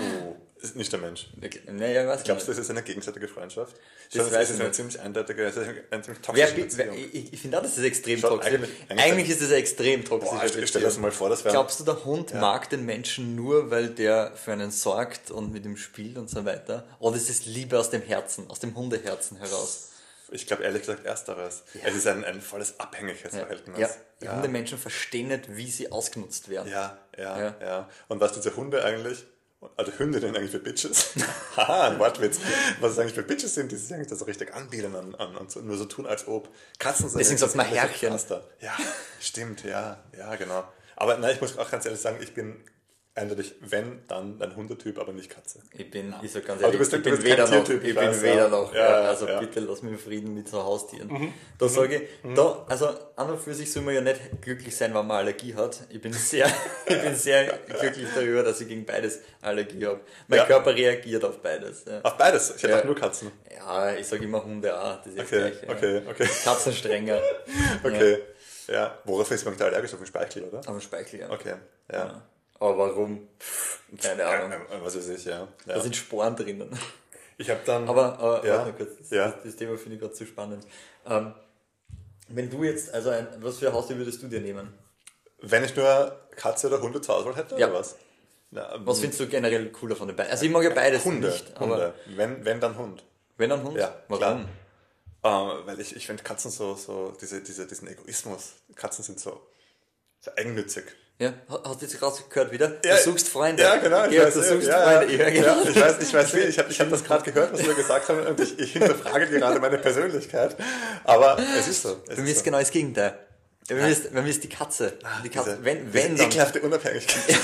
Speaker 3: ist nicht der Mensch.
Speaker 2: Naja, weiß ich
Speaker 3: Glaubst
Speaker 2: nicht.
Speaker 3: du, das ist eine gegenseitige Freundschaft?
Speaker 2: Das weiß
Speaker 3: Schon, das
Speaker 2: ich
Speaker 3: ist eine
Speaker 2: nicht.
Speaker 3: ziemlich eindeutige, das ist eine ziemlich
Speaker 2: Wer,
Speaker 3: toxische
Speaker 2: wer,
Speaker 3: Beziehung.
Speaker 2: ich ich finde auch, das ist extrem
Speaker 3: Schon,
Speaker 2: toxisch.
Speaker 3: eigentlich-
Speaker 2: Eigentlich,
Speaker 3: eigentlich-
Speaker 2: ist es eine extrem toxische
Speaker 3: Boah, ich stell
Speaker 2: Beziehung.
Speaker 3: das mal vor, das wäre...
Speaker 2: Glaubst du, der Hund mag den Menschen nur, weil der für einen sorgt und mit ihm spielt und so weiter? Oder ist es Liebe aus dem Herzen, aus dem Hundeherzen heraus?
Speaker 3: Ich glaube ehrlich gesagt ersteres. Es ist ein, ein volles abhängiges Verhältnis.
Speaker 2: Ja, die
Speaker 3: ja.
Speaker 2: Hundemenschen verstehen nicht, wie sie ausgenutzt werden.
Speaker 3: Ja, ja,
Speaker 2: Ja.
Speaker 3: ja, Und was diese Hunde eigentlich, also Hündinnen eigentlich für Bitches, [laughs] haha, ein Wortwitz, was es eigentlich für Bitches sind, die sich eigentlich das so richtig anbieten an, an, und so, nur so tun, als ob Katzen sind.
Speaker 2: Deswegen sagt man Herrchen.
Speaker 3: Ja, stimmt, ja, ja, genau. Aber nein, ich muss auch ganz ehrlich sagen, ich bin eindeutig, wenn, dann ein Hundetyp, aber nicht Katze.
Speaker 2: Ich bin, ich sag ganz
Speaker 3: Aber
Speaker 2: ehrlich,
Speaker 3: du bist-
Speaker 2: ich
Speaker 3: du
Speaker 2: bin
Speaker 3: bist kein
Speaker 2: weder noch, ich
Speaker 3: Tiertyp, ich
Speaker 2: bin
Speaker 3: weiß, ja.
Speaker 2: weder noch.
Speaker 3: Ja, ja,
Speaker 2: also
Speaker 3: ja. Mhm.
Speaker 2: bitte lass mich im Frieden mit so Haustieren. Da sage ich, da, also an und für sich soll man ja nicht glücklich sein, wenn man Allergie hat. Ich bin sehr, [laughs] ich bin sehr glücklich darüber, dass ich gegen beides Allergie habe. Mein
Speaker 3: Ja.
Speaker 2: Körper reagiert auf beides. Ja,
Speaker 3: Auf beides. Ich hätte
Speaker 2: Ja.
Speaker 3: auch nur Katzen.
Speaker 2: ja ich sage immer Hunde auch, das ist das
Speaker 3: Okay,
Speaker 2: Gleiche, Ja.
Speaker 3: okay, okay.
Speaker 2: Katzen strenger.
Speaker 3: [laughs] Okay. Ja. Worauf ist man da allergisch? Auf den Speichel, oder?
Speaker 2: Am Speichel, ja.
Speaker 3: Okay. Ja.
Speaker 2: Aber warum? Pff, Keine Ahnung.
Speaker 3: Ähm, Was weiß ich, ja.
Speaker 2: Da
Speaker 3: ja.
Speaker 2: sind Sporen drinnen.
Speaker 3: Ich habe dann.
Speaker 2: Also Aber, aber äh,
Speaker 3: Ja.
Speaker 2: warte mal kurz, das,
Speaker 3: Ja.
Speaker 2: das, das Thema finde ich gerade zu spannend. Ähm, wenn du jetzt, also ein, was für ein Haustier würdest du dir nehmen?
Speaker 3: Wenn ich nur Katze oder Hunde zur Auswahl hätte,
Speaker 2: Ja.
Speaker 3: oder was? Na, ähm,
Speaker 2: Was findest du generell cooler von den beiden? Also ich mag ja beides
Speaker 3: Hunde.
Speaker 2: nicht, aber
Speaker 3: Hunde. Wenn, wenn dann Hund.
Speaker 2: wenn ein Hund,
Speaker 3: Ja,
Speaker 2: warum?
Speaker 3: Ähm, weil ich, ich finde Katzen so, so diese, diese, diesen Egoismus. Katzen sind so, so eigennützig.
Speaker 2: Ja, ha- hast du jetzt rausgehört wieder?
Speaker 3: Ja.
Speaker 2: du suchst Freunde.
Speaker 3: Ja, genau.
Speaker 2: Georg,
Speaker 3: weiß,
Speaker 2: du suchst
Speaker 3: ja, ja,
Speaker 2: Freunde.
Speaker 3: ja,
Speaker 2: Ich höre genau.
Speaker 3: ich weiß,
Speaker 2: [laughs]
Speaker 3: ich weiß, nicht, ich habe ich hab das gerade gehört, was wir gesagt haben und ich, ich hinterfrage gerade meine Persönlichkeit. Aber es ist so. Es
Speaker 2: Bei mir ist
Speaker 3: so. Ah,
Speaker 2: genau das Gegenteil. Bei mir ist, bei mir ist die Katze. Die Katze,
Speaker 3: diese,
Speaker 2: wenn,
Speaker 3: diese
Speaker 2: wenn dann.
Speaker 3: ekelhafte Unabhängigkeit.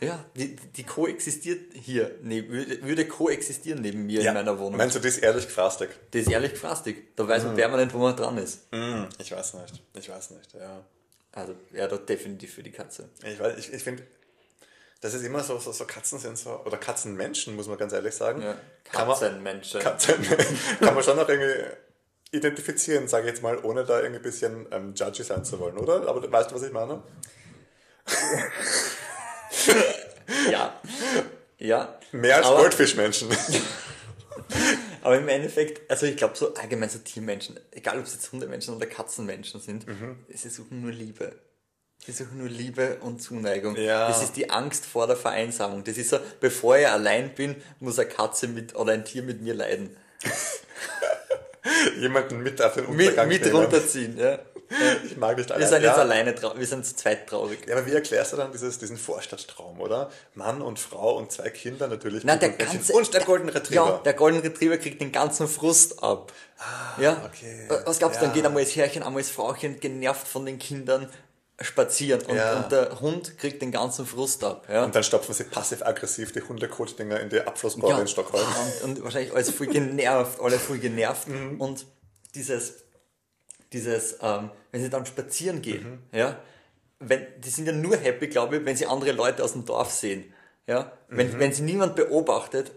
Speaker 2: Ja, die, die koexistiert hier, neben, würde, würde koexistieren neben mir [laughs] in meiner Wohnung.
Speaker 3: Meinst Ah. du, das ist ehrlich gefrastig?
Speaker 2: Das ist ehrlich gefastig. Da weiß man permanent, wo man dran ist.
Speaker 3: Hm, Ich weiß nicht. Ich weiß nicht, ja.
Speaker 2: Also, ja, da definitiv für die Katze.
Speaker 3: Ich weiß, ich, ich finde, das ist immer so, so, so Katzen sind so, oder Katzenmenschen, muss man ganz ehrlich sagen.
Speaker 2: Ja.
Speaker 3: Kann man-
Speaker 2: Katzenmenschen.
Speaker 3: Katzen [laughs] kann man schon noch irgendwie identifizieren, sage ich jetzt mal, ohne da irgendwie ein bisschen ähm, judgy sein zu wollen, oder? Aber du- weißt du, was ich meine?
Speaker 2: ja. Ja.
Speaker 3: Mehr als
Speaker 2: aber,
Speaker 3: Goldfischmenschen. [laughs]
Speaker 2: aber im Endeffekt, also ich glaube, so allgemein so Tiermenschen, egal ob es jetzt Hundemenschen oder Katzenmenschen sind,
Speaker 3: Mhm.
Speaker 2: sie suchen nur Liebe. Sie suchen nur Liebe und Zuneigung.
Speaker 3: Ja.
Speaker 2: Das ist die Angst vor der Vereinsamung. Das ist so, bevor ich allein bin, muss eine Katze mit oder ein Tier mit mir leiden.
Speaker 3: Jemanden mit auf den
Speaker 2: Mit,
Speaker 3: Untergang
Speaker 2: mit
Speaker 3: nehmen.
Speaker 2: runterziehen. Ja.
Speaker 3: Ich mag nicht
Speaker 2: Wir sind jetzt
Speaker 3: ja.
Speaker 2: alleine traurig, wir sind zu zweit traurig.
Speaker 3: Ja, aber wie erklärst du dann dieses, diesen Vorstadttraum, oder? Mann und Frau und zwei Kinder natürlich.
Speaker 2: Na, der
Speaker 3: und Mädchen.
Speaker 2: ganze,
Speaker 3: und der Golden
Speaker 2: Ja,
Speaker 3: Retriever.
Speaker 2: der Golden Retriever kriegt den ganzen Frust ab. ja.
Speaker 3: Ah, okay.
Speaker 2: Äh, Was gab's
Speaker 3: Ja.
Speaker 2: dann? Geht einmal das Herrchen, einmal das Frauchen, genervt von den Kindern, spazieren. Und,
Speaker 3: Ja.
Speaker 2: und der Hund kriegt den ganzen Frust ab. Ja.
Speaker 3: und dann stopfen sie passiv-aggressiv die Hundekot-Dinger in die Abflussbäume
Speaker 2: ja.
Speaker 3: in Stockholm.
Speaker 2: Und, und wahrscheinlich alles voll genervt, alle voll genervt. Und dieses, dieses, ähm, wenn sie dann spazieren gehen, ja, wenn, die sind ja nur happy, glaube ich, wenn sie andere Leute aus dem Dorf sehen. Ja. Wenn, wenn sie niemand beobachtet,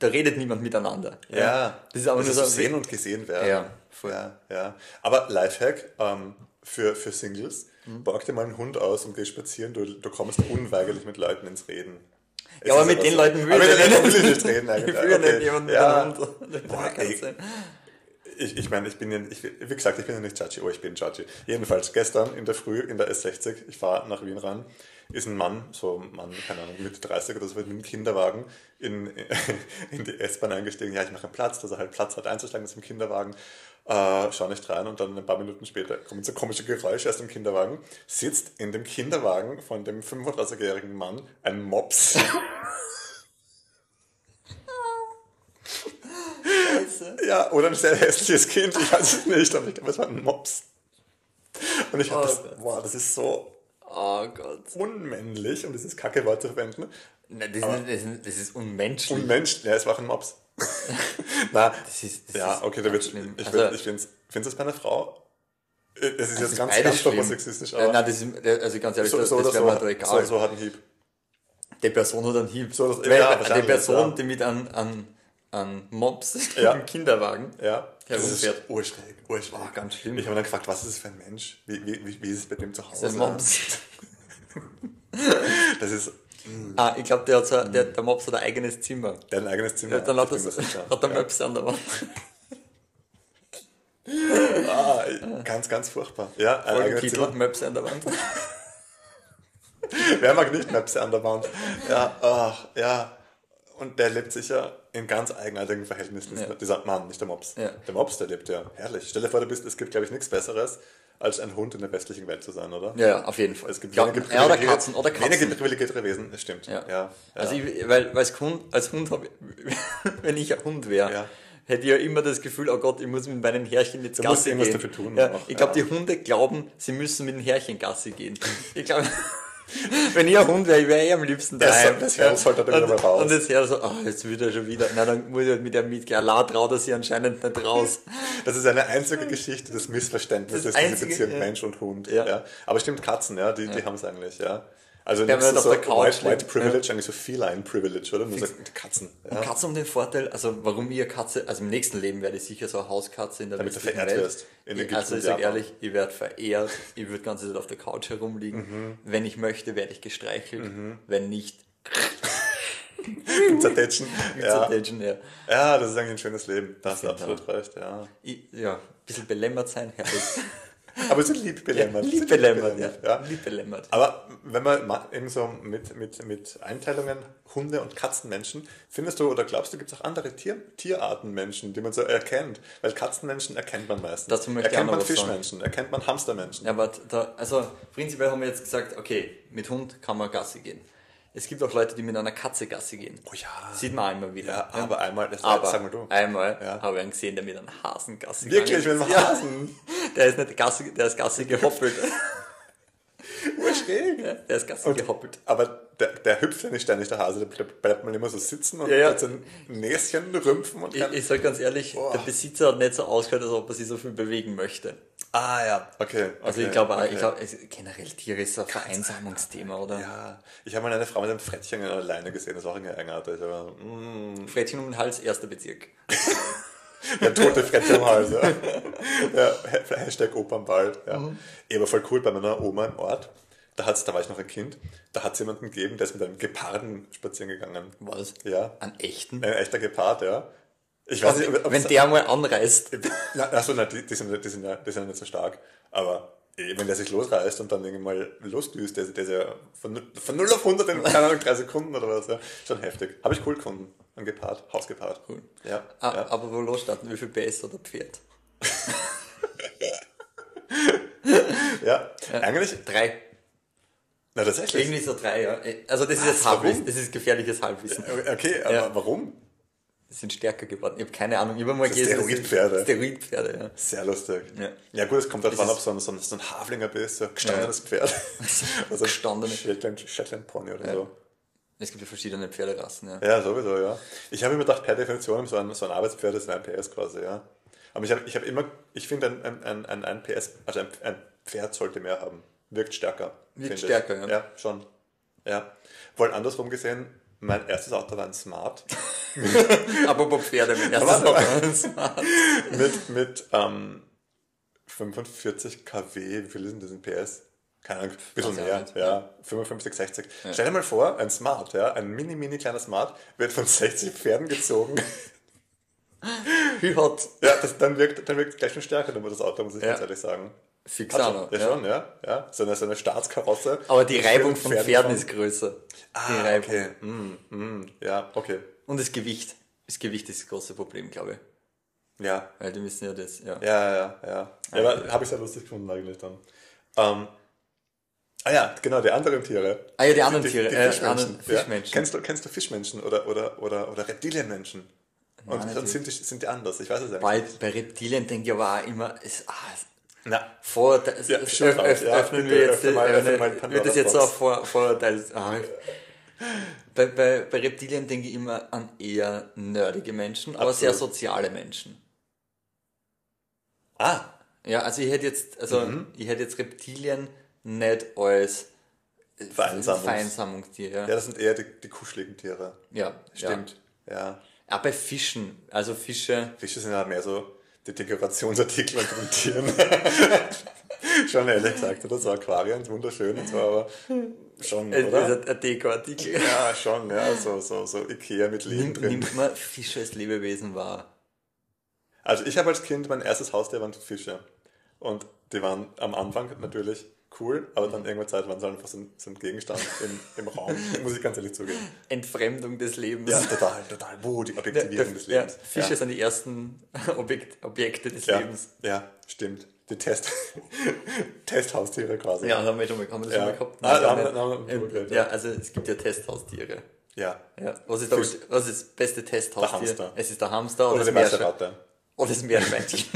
Speaker 2: da redet niemand miteinander. Das ist aber nur so
Speaker 3: sehen und gesehen werden.
Speaker 2: Ja, voll.
Speaker 3: ja, ja. Aber Lifehack ähm, für, für Singles,
Speaker 2: Mhm.
Speaker 3: borg dir mal einen Hund aus und geh spazieren, du, du kommst unweigerlich mit Leuten ins Reden. Es
Speaker 2: Ja, aber
Speaker 3: ist
Speaker 2: mit den Leuten
Speaker 3: aber
Speaker 2: will
Speaker 3: mit
Speaker 2: ich
Speaker 3: den Leuten will
Speaker 2: nicht.
Speaker 3: ich nicht reden.
Speaker 2: Ich [laughs]
Speaker 3: eigentlich.
Speaker 2: will ja
Speaker 3: Okay.
Speaker 2: nicht jemanden
Speaker 3: ja.
Speaker 2: mit einem Hund.
Speaker 3: Boah, ey, Ich, ich meine, ich bin ja, ich, wie gesagt, ich bin ja nicht judgy. Oh, ich bin judgy. Jedenfalls, gestern in der Früh in der S60, ich fahre nach Wien ran, ist ein Mann, so ein Mann, keine Ahnung, Mitte 30 oder so, mit einem Kinderwagen in, [laughs] in die S-Bahn eingestiegen. Ja, ich mache einen Platz, dass er halt Platz hat einzusteigen aus dem Kinderwagen. Äh, schau nicht rein und dann ein paar Minuten später kommen so komische Geräusche aus dem Kinderwagen. Sitzt in dem Kinderwagen von dem 35-jährigen Mann ein Mops. Ja, oder ein sehr hässliches Kind, ich weiß es nicht, aber ich glaube, es war ein Mops. Und ich habe
Speaker 2: Oh
Speaker 3: das,
Speaker 2: Gott.
Speaker 3: boah, das ist so
Speaker 2: Oh Gott.
Speaker 3: unmännlich, um dieses kacke Wort zu verwenden.
Speaker 2: Nein, das, ist, das, ist, das ist unmenschlich.
Speaker 3: Unmensch, ja, es war auch ein Mops. [laughs] Na,
Speaker 2: das ist, das
Speaker 3: ja,
Speaker 2: ist
Speaker 3: okay, da
Speaker 2: ganz
Speaker 3: wird,
Speaker 2: schlimm.
Speaker 3: ich,
Speaker 2: Also,
Speaker 3: also, ich finde es bei einer Frau, äh, es ist
Speaker 2: das
Speaker 3: jetzt
Speaker 2: ist
Speaker 3: ganz,
Speaker 2: beides
Speaker 3: ganz
Speaker 2: schlimm.
Speaker 3: homosexistisch,
Speaker 2: Nein,
Speaker 3: aber
Speaker 2: nein, das ist, also ganz ehrlich,
Speaker 3: so,
Speaker 2: das,
Speaker 3: so oder
Speaker 2: das wäre
Speaker 3: so,
Speaker 2: mir doch
Speaker 3: so,
Speaker 2: egal.
Speaker 3: so hat ein Hieb.
Speaker 2: Die Person hat einen Hieb.
Speaker 3: So, das-
Speaker 2: Weil
Speaker 3: ja,
Speaker 2: die
Speaker 3: wahrscheinlich,
Speaker 2: Person,
Speaker 3: ja.
Speaker 2: die mit einem, einem, einem Mops [laughs]
Speaker 3: Ja.
Speaker 2: im Kinderwagen,
Speaker 3: Ja,
Speaker 2: Ja,
Speaker 3: das
Speaker 2: unfair.
Speaker 3: ist urschräg, urschräg.
Speaker 2: Ah, ganz schlimm.
Speaker 3: Ich habe dann gefragt, was ist das für ein Mensch? Wie, wie, wie, wie ist es bei dem zu Hause?
Speaker 2: der Mops. [laughs]
Speaker 3: Das ist,
Speaker 2: Ah, ich glaube, der, hat so, der, der Mops hat ein eigenes Zimmer.
Speaker 3: der hat ein eigenes Zimmer.
Speaker 2: Ja, dann hat,
Speaker 3: Ich
Speaker 2: das,
Speaker 3: bin mir sicher.
Speaker 2: hat der Mops an der Wand.
Speaker 3: Ah, ganz, ganz furchtbar. Ja, äh, ein
Speaker 2: Voll
Speaker 3: eigenes
Speaker 2: Kittel,
Speaker 3: Zimmer.
Speaker 2: Mops an der
Speaker 3: [laughs]
Speaker 2: Wand.
Speaker 3: Wer mag nicht Möpse an der Wand? Ja, ach, ja. Und der lebt sicher in ganz eigenartigen Verhältnissen.
Speaker 2: Ja.
Speaker 3: Dieser Mann, nicht der Mops.
Speaker 2: Ja.
Speaker 3: Der Mops, der lebt ja herrlich. Stell dir vor, du bist, es gibt, glaube ich, nichts Besseres, als ein Hund in der westlichen Welt zu sein, oder?
Speaker 2: Ja, ja, auf jeden Fall.
Speaker 3: Es gibt
Speaker 2: ja,
Speaker 3: wenige
Speaker 2: ja, oder
Speaker 3: privilegierte-
Speaker 2: Katzen, oder Katzen.
Speaker 3: Wenige privilegierte Wesen, das stimmt.
Speaker 2: Ja.
Speaker 3: ja.
Speaker 2: [laughs] Also ich, weil, weil als Hund, als Hund habe ich, wenn ich ein Hund wäre,
Speaker 3: Ja.
Speaker 2: hätte ich ja immer das Gefühl, oh Gott, ich muss mit meinen Härchen jetzt
Speaker 3: Du musst
Speaker 2: Gassi
Speaker 3: irgendwas
Speaker 2: gehen.
Speaker 3: dafür tun
Speaker 2: ja,
Speaker 3: auch,
Speaker 2: ich glaube,
Speaker 3: ja.
Speaker 2: die Hunde glauben, sie müssen mit den Härchen Gassi gehen. [laughs] Ich glaube, wenn ich ein Hund wäre, ich wäre eh am liebsten
Speaker 3: Das-
Speaker 2: daheim.
Speaker 3: das Herz sollte dann wieder
Speaker 2: und,
Speaker 3: mal raus.
Speaker 2: Und das Herz so, ah, jetzt wird er schon wieder. Na, dann muss ich halt mit der mitgehen. La traut er sich anscheinend nicht raus.
Speaker 3: Das ist eine einzige Geschichte des Missverständnisses
Speaker 2: Das
Speaker 3: diese
Speaker 2: einzige,
Speaker 3: Beziehung
Speaker 2: ja.
Speaker 3: Mensch und Hund.
Speaker 2: Ja.
Speaker 3: Ja. Aber stimmt, Katzen, ja, die, die haben es eigentlich, ja. Also
Speaker 2: Ja,
Speaker 3: nichts
Speaker 2: wenn man
Speaker 3: so
Speaker 2: auf der Couch
Speaker 3: White, White
Speaker 2: liegt,
Speaker 3: Privilege, eigentlich so Feline Privilege, oder? Nur so Katzen.
Speaker 2: Und
Speaker 3: Ja.
Speaker 2: Katzen um den Vorteil, also warum ihr Katze, also im nächsten Leben werde ich sicher so eine Hauskatze in der
Speaker 3: Damit du
Speaker 2: westlichen
Speaker 3: verehrt
Speaker 2: Welt.
Speaker 3: wirst in Ägypten
Speaker 2: also
Speaker 3: und
Speaker 2: ich sag
Speaker 3: Japan.
Speaker 2: ehrlich, ich werde verehrt, ich würde die ganze Zeit auf der Couch herumliegen.
Speaker 3: Mhm.
Speaker 2: Wenn ich möchte, werde ich gestreichelt. Wenn nicht, [laughs]
Speaker 3: Mit Zertätschen.
Speaker 2: ja.
Speaker 3: ja.
Speaker 2: ja.
Speaker 3: ja, das ist eigentlich ein schönes Leben. Da hast du
Speaker 2: Genau.
Speaker 3: absolut recht, ja.
Speaker 2: Ich, ja, ein bisschen belämmert sein,
Speaker 3: [laughs]
Speaker 2: herrlich.
Speaker 3: Aber sie sind lieb belämmert.
Speaker 2: Lieb
Speaker 3: Sie sind
Speaker 2: belämmert, ja.
Speaker 3: ja.
Speaker 2: Lieb belämmert.
Speaker 3: Aber wenn man ma- eben so mit, mit, mit Einteilungen Hunde und Katzenmenschen, findest du oder glaubst du, gibt es auch andere Tier, Tierarten Menschen, die man so erkennt? Weil Katzenmenschen erkennt man meistens.
Speaker 2: Dazu möchte ich
Speaker 3: erkennt
Speaker 2: auch
Speaker 3: man
Speaker 2: noch was sagen.
Speaker 3: Fischmenschen, erkennt man Hamstermenschen.
Speaker 2: Ja, aber da, also prinzipiell haben wir jetzt gesagt, okay, mit Hund kann man Gassi gehen. Es gibt auch Leute, die mit einer Katze Gassi gehen.
Speaker 3: Oh ja.
Speaker 2: Sieht man auch immer wieder.
Speaker 3: Ja, aber einmal, das
Speaker 2: Aber
Speaker 3: sag mal du.
Speaker 2: einmal
Speaker 3: Ja.
Speaker 2: habe ich einen gesehen, der mit einem Hasen Gassi
Speaker 3: Wirklich, mit
Speaker 2: gegangen
Speaker 3: dem
Speaker 2: ist.
Speaker 3: Hasen.
Speaker 2: Ja, der ist nicht Gassi, der ist Gassi
Speaker 3: [laughs]
Speaker 2: gehoppelt.
Speaker 3: Urschräg.
Speaker 2: Ja, der ist Gassi gehoppelt.
Speaker 3: Aber der, der hüpft ja nicht ständig, der Hase, der bleibt, bleibt man immer so sitzen und
Speaker 2: Ja, ja.
Speaker 3: hat sein Näschen rümpfen und
Speaker 2: Ich,
Speaker 3: kann...
Speaker 2: ich sag ganz ehrlich,
Speaker 3: Boah.
Speaker 2: der Besitzer hat nicht so ausgehört, als ob er sich so viel bewegen möchte.
Speaker 3: ah ja, okay.
Speaker 2: Also
Speaker 3: okay,
Speaker 2: ich glaube, auch-
Speaker 3: okay.
Speaker 2: ich glaube, es- generell Tiere ist so ein Vereinsamungsthema, oder?
Speaker 3: Ja, ich habe mal eine Frau mit einem Frettchen alleine gesehen, das war auch irgendwie eigenartig, aber... mm.
Speaker 2: Frettchen um den Hals, erster Bezirk.
Speaker 3: Der tote Fresse
Speaker 2: [laughs]
Speaker 3: im Hals. Ja. Ja, Ha- Hashtag Opernball. Ja.
Speaker 2: Mhm.
Speaker 3: Eh, Aber voll cool, bei meiner Oma im Ort, da, hat's, da war ich noch ein Kind, da hat es jemanden gegeben, der ist mit einem Geparden spazieren gegangen.
Speaker 2: Was?
Speaker 3: Ja.
Speaker 2: An echten?
Speaker 3: Ein echter Gepard, ja. Ich weiß nicht, ob- ob
Speaker 2: Wenn der mal anreißt.
Speaker 3: Na, achso, na, die, die, sind, die, sind ja, die sind ja nicht so stark. Aber eh, wenn der sich losreißt und dann irgendwie mal losdüst, der, der ist ja von, nu- von 0 auf 100 in, keine Ahnung, drei Sekunden oder was. Ja. Schon heftig. Habe ich cool gefunden. Ein Gepard, Hausgepard. Cool. Ja.
Speaker 2: Ah,
Speaker 3: ja.
Speaker 2: Aber wo losstarten? Wie viel PS hat ein Pferd?
Speaker 3: ja. Eigentlich,
Speaker 2: Drei.
Speaker 3: na tatsächlich.
Speaker 2: Irgendwie so drei, ja. Also das ist jetzt
Speaker 3: warum?
Speaker 2: Halbwissen. Das ist gefährliches Halbwissen.
Speaker 3: Ah, Okay, aber
Speaker 2: Ja.
Speaker 3: warum?
Speaker 2: Die sind stärker geworden. Ich habe keine Ahnung. Ich habe mal
Speaker 3: Das
Speaker 2: gelesen, dass-
Speaker 3: Steroidpferde.
Speaker 2: Steroidpferde, ja.
Speaker 3: Sehr lustig.
Speaker 2: Ja.
Speaker 3: Ja, gut, es kommt darauf an,
Speaker 2: ist-
Speaker 3: ob so ein, so ein, so ein Haflinger bist, so ein
Speaker 2: [laughs]
Speaker 3: gestandenes Pferd. Also
Speaker 2: Gestandenes.
Speaker 3: Shetland, Shetland Pony oder so.
Speaker 2: Es gibt ja verschiedene Pferderassen,
Speaker 3: [laughs]
Speaker 2: ja.
Speaker 3: Ja, sowieso, ja. Ich habe immer gedacht, per Definition, so ein, so ein Arbeitspferd ist ein PS quasi, ja. Aber ich habe ich habe immer, ich finde, ein, ein, ein, ein, ein PS, also ein, ein Pferd sollte mehr haben. Wirkt stärker.
Speaker 2: Wirkt
Speaker 3: finde
Speaker 2: stärker, ja.
Speaker 3: ich. Ja, schon. Ja. Wohl andersrum gesehen, mein erstes Auto war ein Smart.
Speaker 2: Apropos Pferde, mein erstes
Speaker 3: Aber-
Speaker 2: [laughs] Mal.
Speaker 3: mit, mit ähm, 45 kW, wie viel sind das in PS? Keine Ahnung, ein
Speaker 2: Weiß
Speaker 3: bisschen
Speaker 2: ich auch
Speaker 3: mehr,
Speaker 2: nicht.
Speaker 3: ja, 55, 60. Stell dir mal vor, ein Smart, ja, ein mini, mini kleiner Smart wird von 60 Pferden gezogen. [laughs]
Speaker 2: Wie hat
Speaker 3: ja, das, dann wirkt dann wirkt gleich schon stärker, dann wird das Auto, muss ich
Speaker 2: Ja.
Speaker 3: ganz ehrlich sagen.
Speaker 2: fix
Speaker 3: Hat
Speaker 2: auch
Speaker 3: schon,
Speaker 2: noch,
Speaker 3: ja,
Speaker 2: ja.
Speaker 3: schon, ja, ja. So eine, so eine Staatskarosse.
Speaker 2: Aber die
Speaker 3: Mit
Speaker 2: Reibung
Speaker 3: vielen
Speaker 2: von Pferden
Speaker 3: drauf.
Speaker 2: ist größer. die
Speaker 3: Ah,
Speaker 2: Reibung. Hm.
Speaker 3: okay. Mm, mm, ja, okay.
Speaker 2: Und das Gewicht. Das Gewicht ist das große Problem, glaube ich.
Speaker 3: Ja,
Speaker 2: Weil die müssen ja das, ja.
Speaker 3: Ja, ja, ja. ja aber habe ich sehr lustig gefunden eigentlich dann. Ähm, ah ja, genau, die anderen Tiere.
Speaker 2: Ah ja, die anderen
Speaker 3: die,
Speaker 2: Tiere,
Speaker 3: Die
Speaker 2: äh,
Speaker 3: Fischmenschen.
Speaker 2: anderen
Speaker 3: ja.
Speaker 2: Fischmenschen.
Speaker 3: Kennst, du, kennst du Fischmenschen oder, oder, oder, oder Reptilienmenschen? Und,
Speaker 2: Nein,
Speaker 3: und sind, die, sind die anders? Ich weiß es eigentlich
Speaker 2: Bei,
Speaker 3: nicht.
Speaker 2: bei Reptilien denke ich aber auch immer, es, ah, es,
Speaker 3: Na,
Speaker 2: Vorurteil, es,
Speaker 3: Ja,
Speaker 2: es,
Speaker 3: schon
Speaker 2: öff,
Speaker 3: raus,
Speaker 2: öff,
Speaker 3: ja.
Speaker 2: öffnen
Speaker 3: Bitte
Speaker 2: wir jetzt,
Speaker 3: öffne mal-
Speaker 2: äh,
Speaker 3: öffne mal
Speaker 2: wird
Speaker 3: Pandoras
Speaker 2: das jetzt so ein
Speaker 3: Box.
Speaker 2: Vor, Vorurteil? Ah, bei, bei, bei Reptilien denke ich immer an eher nerdige Menschen, aber sehr
Speaker 3: Absolut.
Speaker 2: soziale Menschen.
Speaker 3: ah, Mhm.
Speaker 2: Ja, also ich hätte jetzt, also ich hätte jetzt Reptilien nicht als
Speaker 3: Vereinsamung.
Speaker 2: Vereinsamungstier. Ja,
Speaker 3: Ja, das sind eher die, die kuscheligen Tiere.
Speaker 2: ja
Speaker 3: Stimmt. Ja.
Speaker 2: Ja. Auch bei Fischen, also Fische,
Speaker 3: Fische sind halt mehr so die Dekorationsartikel unter den Tieren.
Speaker 2: [laughs]
Speaker 3: [laughs] schon ehrlich gesagt, oder? So Aquarien, wunderschön und so, aber schon,
Speaker 2: es ist
Speaker 3: oder?
Speaker 2: ein- ein Dekoartikel.
Speaker 3: Ja, schon, ja, so, so, so Ikea mit Leben
Speaker 2: Nimmt,
Speaker 3: drin.
Speaker 2: nimmt man Fische als Lebewesen wahr?
Speaker 3: Also ich habe als Kind mein erstes Haustier waren Fische. Und die waren am Anfang natürlich cool, aber dann irgendwann Zeit waren sie einfach so ein, so ein Gegenstand im,
Speaker 2: [laughs]
Speaker 3: im Raum, muss ich ganz ehrlich zugeben.
Speaker 2: Entfremdung des Lebens.
Speaker 3: Ja, total, total. Wo die
Speaker 2: Der-
Speaker 3: Objektivierung
Speaker 2: der-
Speaker 3: des
Speaker 2: ja,
Speaker 3: Lebens.
Speaker 2: Fische sind die ersten [laughs] Objekt, Objekte des
Speaker 3: ja,
Speaker 2: Lebens.
Speaker 3: ja, stimmt. Die Test [laughs] Testhaustiere quasi.
Speaker 2: Ja, also haben wir schon mal, haben wir das
Speaker 3: Ja.
Speaker 2: schon mal gehabt?
Speaker 3: Ah,
Speaker 2: Nein,
Speaker 3: haben
Speaker 2: gar
Speaker 3: wir-
Speaker 2: nicht.
Speaker 3: haben wir-
Speaker 2: Ähm,
Speaker 3: okay,
Speaker 2: ja, also es gibt ja Testhaustiere.
Speaker 3: Ja.
Speaker 2: Ja. Was, ist das, was ist das beste Testhaustier?
Speaker 3: Hamster.
Speaker 2: Es ist der Hamster
Speaker 3: Oder
Speaker 2: oder,
Speaker 3: die
Speaker 2: das Meerschweinchen.
Speaker 3: Meisterratte.
Speaker 2: Oder das
Speaker 3: [laughs]
Speaker 2: Meerschweinchen.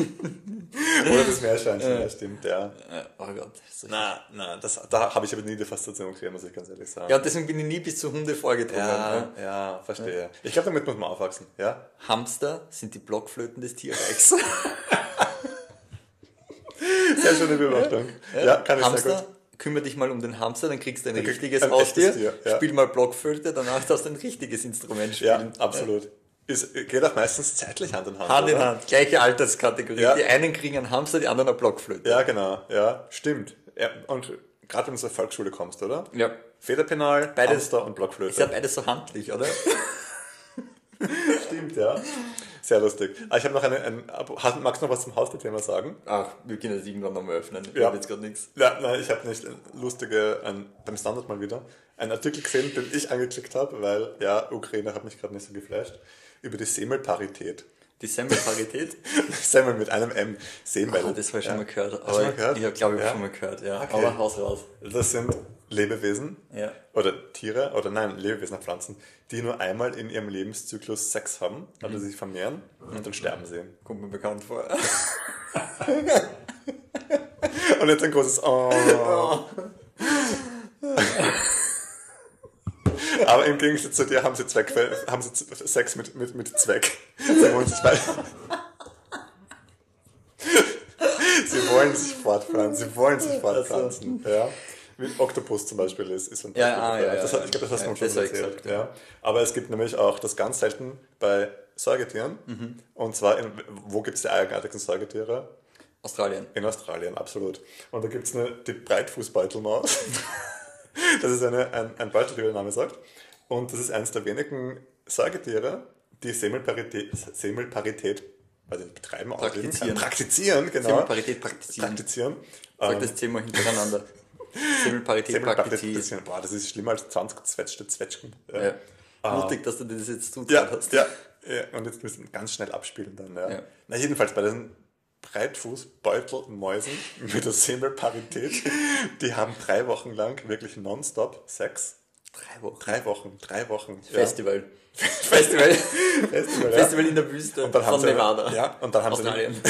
Speaker 3: Oder das Meerschweinchen, ja, stimmt, ja.
Speaker 2: Äh, oh Gott. das ist-
Speaker 3: Na, na, das, da habe ich aber nie die Faszination gesehen, muss ich ganz ehrlich sagen.
Speaker 2: Ja, und deswegen bin ich nie bis zur Hunde vorgedrungen.
Speaker 3: ja,
Speaker 2: ne?
Speaker 3: ja, verstehe. Ich glaube, damit muss man aufwachsen, ja?
Speaker 2: Hamster sind die Blockflöten des
Speaker 3: [laughs]
Speaker 2: Tierreichs.
Speaker 3: Sehr
Speaker 2: [laughs]
Speaker 3: schöne Beobachtung. Ja, kann ich sehr
Speaker 2: Hamster,
Speaker 3: gut.
Speaker 2: kümmere dich mal um den Hamster, dann kriegst du ein
Speaker 3: krieg-
Speaker 2: richtiges
Speaker 3: ein echtes
Speaker 2: Haustier.
Speaker 3: Tier, ja.
Speaker 2: Spiel mal Blockflöte, danach darfst du ein richtiges Instrument
Speaker 3: Ja,
Speaker 2: spielen.
Speaker 3: absolut. Ist, geht auch meistens zeitlich Hand in Hand.
Speaker 2: Hand in
Speaker 3: oder?
Speaker 2: Hand, gleiche Alterskategorie.
Speaker 3: Ja.
Speaker 2: Die einen kriegen einen Hamster, die anderen eine Blockflöte.
Speaker 3: Ja, genau, ja, stimmt. Ja, und gerade wenn du zur Volksschule kommst, oder?
Speaker 2: Ja.
Speaker 3: Federpenal,
Speaker 2: Beides-
Speaker 3: Hamster
Speaker 2: Ist
Speaker 3: und
Speaker 2: ja
Speaker 3: Blockflöte.
Speaker 2: beides so handlich, oder?
Speaker 3: Stimmt, ja. Sehr lustig. Ah, ich habe noch eine, ein, hast- magst du noch was zum Haustierthema sagen?
Speaker 2: Ach, wir können das irgendwann nochmal öffnen. Ich
Speaker 3: Ja.
Speaker 2: hab jetzt gerade nichts.
Speaker 3: Ja, nein, ich habe nicht äh, lustige, ein, beim Standard mal wieder, einen Artikel gesehen, den ich angeklickt habe, weil, ja, Ukraine hat mich gerade nicht so geflasht, über die [laughs] Semmelparität.
Speaker 2: Die [laughs] Semmelparität?
Speaker 3: Semmel mit einem M, Semmel.
Speaker 2: Ah, das habe ich schon
Speaker 3: ja.
Speaker 2: mal gehört. Aber
Speaker 3: Hast du mal gehört?
Speaker 2: Ich habe, glaube ich,
Speaker 3: Ja.
Speaker 2: schon mal gehört, ja.
Speaker 3: Okay.
Speaker 2: Aber haus raus.
Speaker 3: Das sind Lebewesen
Speaker 2: Ja.
Speaker 3: oder Tiere oder nein, Lebewesen, und Pflanzen, die nur einmal in ihrem Lebenszyklus Sex haben,
Speaker 2: Mhm.
Speaker 3: also sie vermehren und dann sterben sie.
Speaker 2: Kommt mir bekannt
Speaker 3: [laughs]
Speaker 2: vor.
Speaker 3: [laughs] Und jetzt ein
Speaker 2: [laughs]
Speaker 3: großes Oh. Aber im Gegensatz zu dir haben sie, Zweck, haben sie Z- Sex mit, mit, mit Zweck. Sie wollen, sich wei- [laughs] sie wollen sich fortpflanzen. Sie wollen sich fortpflanzen. Ja. Wie Oktopus zum Beispiel ist. ist ein
Speaker 2: Ja,
Speaker 3: Beispiel
Speaker 2: ah,
Speaker 3: dafür.
Speaker 2: ja, ja,
Speaker 3: das, hat- Ich glaube, das hast du
Speaker 2: ja,
Speaker 3: mir schon
Speaker 2: das
Speaker 3: mal
Speaker 2: hab ich
Speaker 3: erzählt.
Speaker 2: gesagt,
Speaker 3: ja. Aber es gibt nämlich auch das ganz selten bei Säugetieren.
Speaker 2: Mhm.
Speaker 3: Und zwar, in, wo gibt es die eigenartigsten Säugetiere?
Speaker 2: Australien.
Speaker 3: In Australien, absolut. Und da gibt es eine, die Breitfußbeutelmaus. [laughs] das ist eine, ein, ein Beutel, wie der Name sagt. Und das ist eines der wenigen Säugetiere, die Semmelparität, Semmelparität also betreiben, ausüben.
Speaker 2: Praktizieren.
Speaker 3: praktizieren, genau.
Speaker 2: Semmelparität praktizieren.
Speaker 3: Praktizieren.
Speaker 2: Sag
Speaker 3: Ähm,
Speaker 2: das zehnmal
Speaker 3: [laughs]
Speaker 2: hintereinander. Semmelparität
Speaker 3: Semmelparität
Speaker 2: praktiziert.
Speaker 3: praktizieren. Boah, das ist schlimmer als 20 gezwetschte Zwetschgen. Äh, Ja. Ah.
Speaker 2: Ja. Mutig, dass du das jetzt zutraut
Speaker 3: Ja,
Speaker 2: hast.
Speaker 3: ja, ja, und jetzt müssen wir ganz schnell abspielen dann. Ja.
Speaker 2: Ja.
Speaker 3: Na, jedenfalls bei diesen Breitfußbeutelmäusen [laughs] mit der Semmelparität, die haben drei Wochen lang wirklich nonstop Sex.
Speaker 2: Drei Wochen.
Speaker 3: Drei Wochen, drei Wochen. Ja.
Speaker 2: Festival. [laughs] Festival.
Speaker 3: [laughs] Festival, ja.
Speaker 2: Festival in der Wüste
Speaker 3: Und dann haben
Speaker 2: von
Speaker 3: sie-
Speaker 2: Nevada.
Speaker 3: ja, und dann haben sie- [laughs]
Speaker 2: Australien.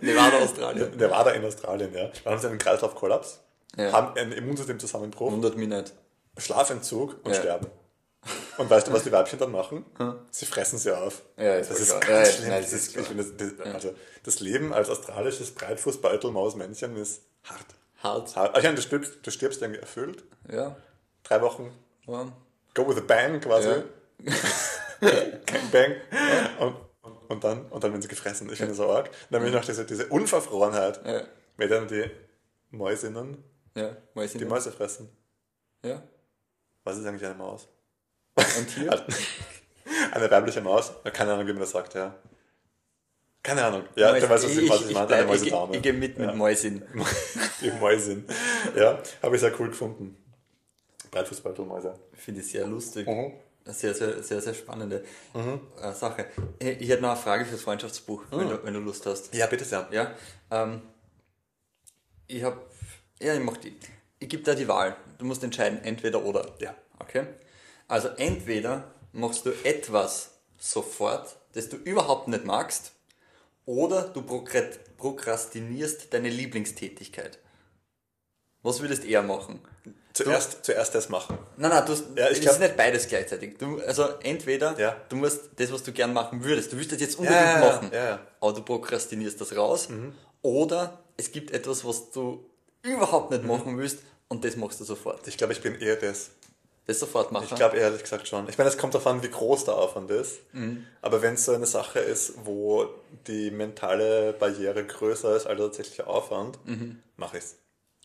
Speaker 2: Nevada, Australien.
Speaker 3: Der war da in Australien, ja. Dann haben sie einen Kreislaufkollaps,
Speaker 2: Ja.
Speaker 3: haben einen Immunsystemzusammenbruch,
Speaker 2: Wundert mich nicht.
Speaker 3: Schlafentzug und
Speaker 2: Ja.
Speaker 3: sterben. Und weißt du, was die Weibchen dann machen? Sie fressen sie auf.
Speaker 2: Ja, ist
Speaker 3: das
Speaker 2: voll
Speaker 3: ist
Speaker 2: klar. Ja, ja,
Speaker 3: ganz schlimm.
Speaker 2: nein,
Speaker 3: das
Speaker 2: das
Speaker 3: ist,
Speaker 2: ist
Speaker 3: ich finde, das, das, also, das Leben als australisches Breitfußbeutelmausmännchen ist hart.
Speaker 2: Hart.
Speaker 3: hart. Also, ich meine, du stirbst, du stirbst dann erfüllt.
Speaker 2: Ja.
Speaker 3: Drei Wochen,
Speaker 2: Warm.
Speaker 3: go with a bang quasi.
Speaker 2: Ja.
Speaker 3: [laughs] Kein Bang. Und, und, und, dann, und dann werden sie gefressen. Ich finde das so arg. Und dann bin ich noch diese, diese Unverfrorenheit,
Speaker 2: Ja.
Speaker 3: wenn dann die Mäusinnen
Speaker 2: Ja. Mal sind
Speaker 3: die Mäuse fressen.
Speaker 2: Ja.
Speaker 3: Was ist eigentlich eine Maus?
Speaker 2: Ein Tier.
Speaker 3: Hat- Eine weibliche Maus? Ja, Keine Ahnung, wie man das sagt, ja. Keine Ahnung. Ja,
Speaker 2: Mäus-
Speaker 3: du weißt, was
Speaker 2: ich,
Speaker 3: ich, was
Speaker 2: ich,
Speaker 3: ich
Speaker 2: ich,
Speaker 3: meine. Eine
Speaker 2: bleib, ich, ich,
Speaker 3: Mäusedame.
Speaker 2: gehe mit mit Mäusen.
Speaker 3: [laughs] Die Mäusin. Ja, habe ich sehr cool gefunden. Breitfußbeutelmäuse.
Speaker 2: Finde ich sehr lustig.
Speaker 3: Mhm.
Speaker 2: Sehr, sehr, sehr, sehr spannende äh, Sache. Ich ich hätte noch eine Frage fürs Freundschaftsbuch,
Speaker 3: Mhm.
Speaker 2: wenn, du, wenn du Lust hast.
Speaker 3: Ja, bitte sehr.
Speaker 2: Ja, ähm, ich habe, ja, ich mach die. Ich gebe dir die Wahl. Du musst entscheiden, entweder oder.
Speaker 3: Ja.
Speaker 2: Okay? Also entweder machst du etwas sofort, das du überhaupt nicht magst, oder du prokrat- prokrastinierst deine Lieblingstätigkeit. Was würdest du eher machen?
Speaker 3: Zuerst, zuerst das machen.
Speaker 2: Nein, nein, du hast,
Speaker 3: Ja, ich
Speaker 2: es
Speaker 3: glaub-
Speaker 2: ist nicht beides gleichzeitig. Du, also entweder
Speaker 3: Ja.
Speaker 2: du musst das, was du gern machen würdest, du willst das jetzt unbedingt
Speaker 3: Ja, ja, ja,
Speaker 2: machen,
Speaker 3: ja, ja. Mhm.
Speaker 2: aber du prokrastinierst das raus. Oder es gibt etwas, was du überhaupt
Speaker 3: Mhm.
Speaker 2: nicht machen willst und das machst du sofort.
Speaker 3: Ich glaube, ich bin eher das.
Speaker 2: Das sofort machen.
Speaker 3: Ich glaube ehrlich gesagt schon. Ich meine, es kommt darauf an, wie groß der Aufwand ist.
Speaker 2: Mhm.
Speaker 3: Aber wenn es so eine Sache ist, wo die mentale Barriere größer ist als der tatsächliche Aufwand,
Speaker 2: Mhm.
Speaker 3: mache ich es.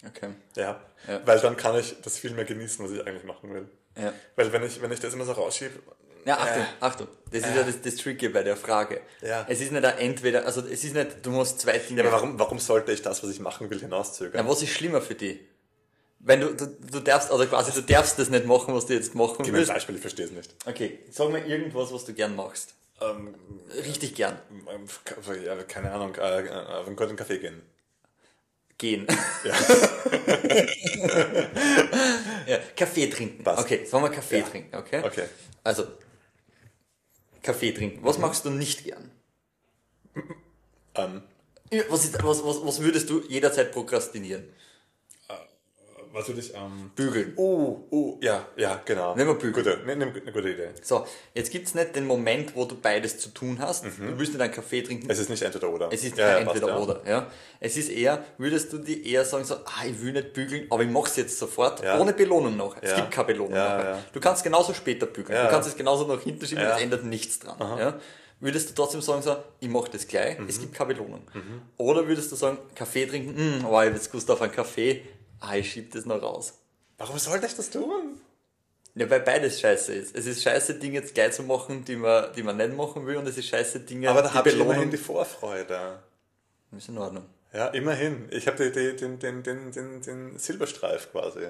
Speaker 2: Okay.
Speaker 3: Ja.
Speaker 2: Ja.
Speaker 3: Weil dann kann ich das viel mehr genießen, was ich eigentlich machen will.
Speaker 2: Ja.
Speaker 3: Weil wenn ich, wenn ich das immer so rausschiebe,
Speaker 2: Ja, Achtung, Achtung. Das ist ja das, das Tricky bei der Frage.
Speaker 3: Ja.
Speaker 2: Es ist nicht ein Entweder, also es ist nicht, du musst zwei Dinge
Speaker 3: ja, aber warum, warum sollte ich das, was ich machen will, hinauszögern?
Speaker 2: Na, was ist schlimmer für dich? Wenn du, du, du darfst, oder quasi du darfst das nicht machen, was du jetzt machen
Speaker 3: Gib mir ein
Speaker 2: willst.
Speaker 3: Beispiel, ich verstehe es nicht.
Speaker 2: Okay, sag mal irgendwas, was du gern machst.
Speaker 3: Ähm,
Speaker 2: Richtig gern.
Speaker 3: äh, Ja, keine Ahnung, äh, auf einen guten Kaffee gehen.
Speaker 2: Gehen. [laughs] Ja. Kaffee trinken.
Speaker 3: Passt.
Speaker 2: Okay, sollen wir Kaffee
Speaker 3: Ja.
Speaker 2: trinken, okay? Mhm.
Speaker 3: Okay.
Speaker 2: Also, Kaffee trinken. Was magst du nicht gern?
Speaker 3: Ähm,
Speaker 2: Ja, Was, ist, was, was, was würdest du jederzeit prokrastinieren?
Speaker 3: was würde ich. Ähm,
Speaker 2: Bügeln.
Speaker 3: uh, uh, ja, ja, genau.
Speaker 2: Nimm mal Bügel.
Speaker 3: Gute, ne, nimm, eine gute Idee.
Speaker 2: So, jetzt gibt's nicht den Moment, wo du beides zu tun hast. Du willst nicht einen Kaffee trinken.
Speaker 3: Es ist nicht entweder oder.
Speaker 2: Es ist
Speaker 3: Ja, ja,
Speaker 2: kein
Speaker 3: passt,
Speaker 2: entweder
Speaker 3: ja.
Speaker 2: oder. Ja. Es ist eher, würdest du dir eher sagen, so, ah, ich will nicht bügeln, aber ich mach's jetzt sofort,
Speaker 3: Ja.
Speaker 2: ohne Belohnung noch. Es
Speaker 3: Ja.
Speaker 2: gibt keine Belohnung
Speaker 3: Ja,
Speaker 2: nachher.
Speaker 3: ja.
Speaker 2: Du kannst genauso später bügeln.
Speaker 3: Ja,
Speaker 2: Du
Speaker 3: ja.
Speaker 2: kannst es genauso nach hinten schieben,
Speaker 3: Ja.
Speaker 2: es ändert nichts dran. Ja. Würdest du trotzdem sagen, so, ich mach das gleich, es
Speaker 3: Mhm.
Speaker 2: gibt keine Belohnung. Oder würdest du sagen, Kaffee trinken, mm, oh, ich hab jetzt Gust auf einen Kaffee, ah, ich schieb das noch raus.
Speaker 3: Warum sollte ich das tun?
Speaker 2: Ja, weil beides scheiße ist. Es ist scheiße, Dinge jetzt gleich zu machen, die man, die man nicht machen will, und es ist scheiße, Dinge,
Speaker 3: Aber da
Speaker 2: die
Speaker 3: habe ich immerhin
Speaker 2: Belohnung.
Speaker 3: die Vorfreude.
Speaker 2: Ist in Ordnung.
Speaker 3: Ja, immerhin. Ich habe die, die, den, den, den, den, den Silberstreif quasi.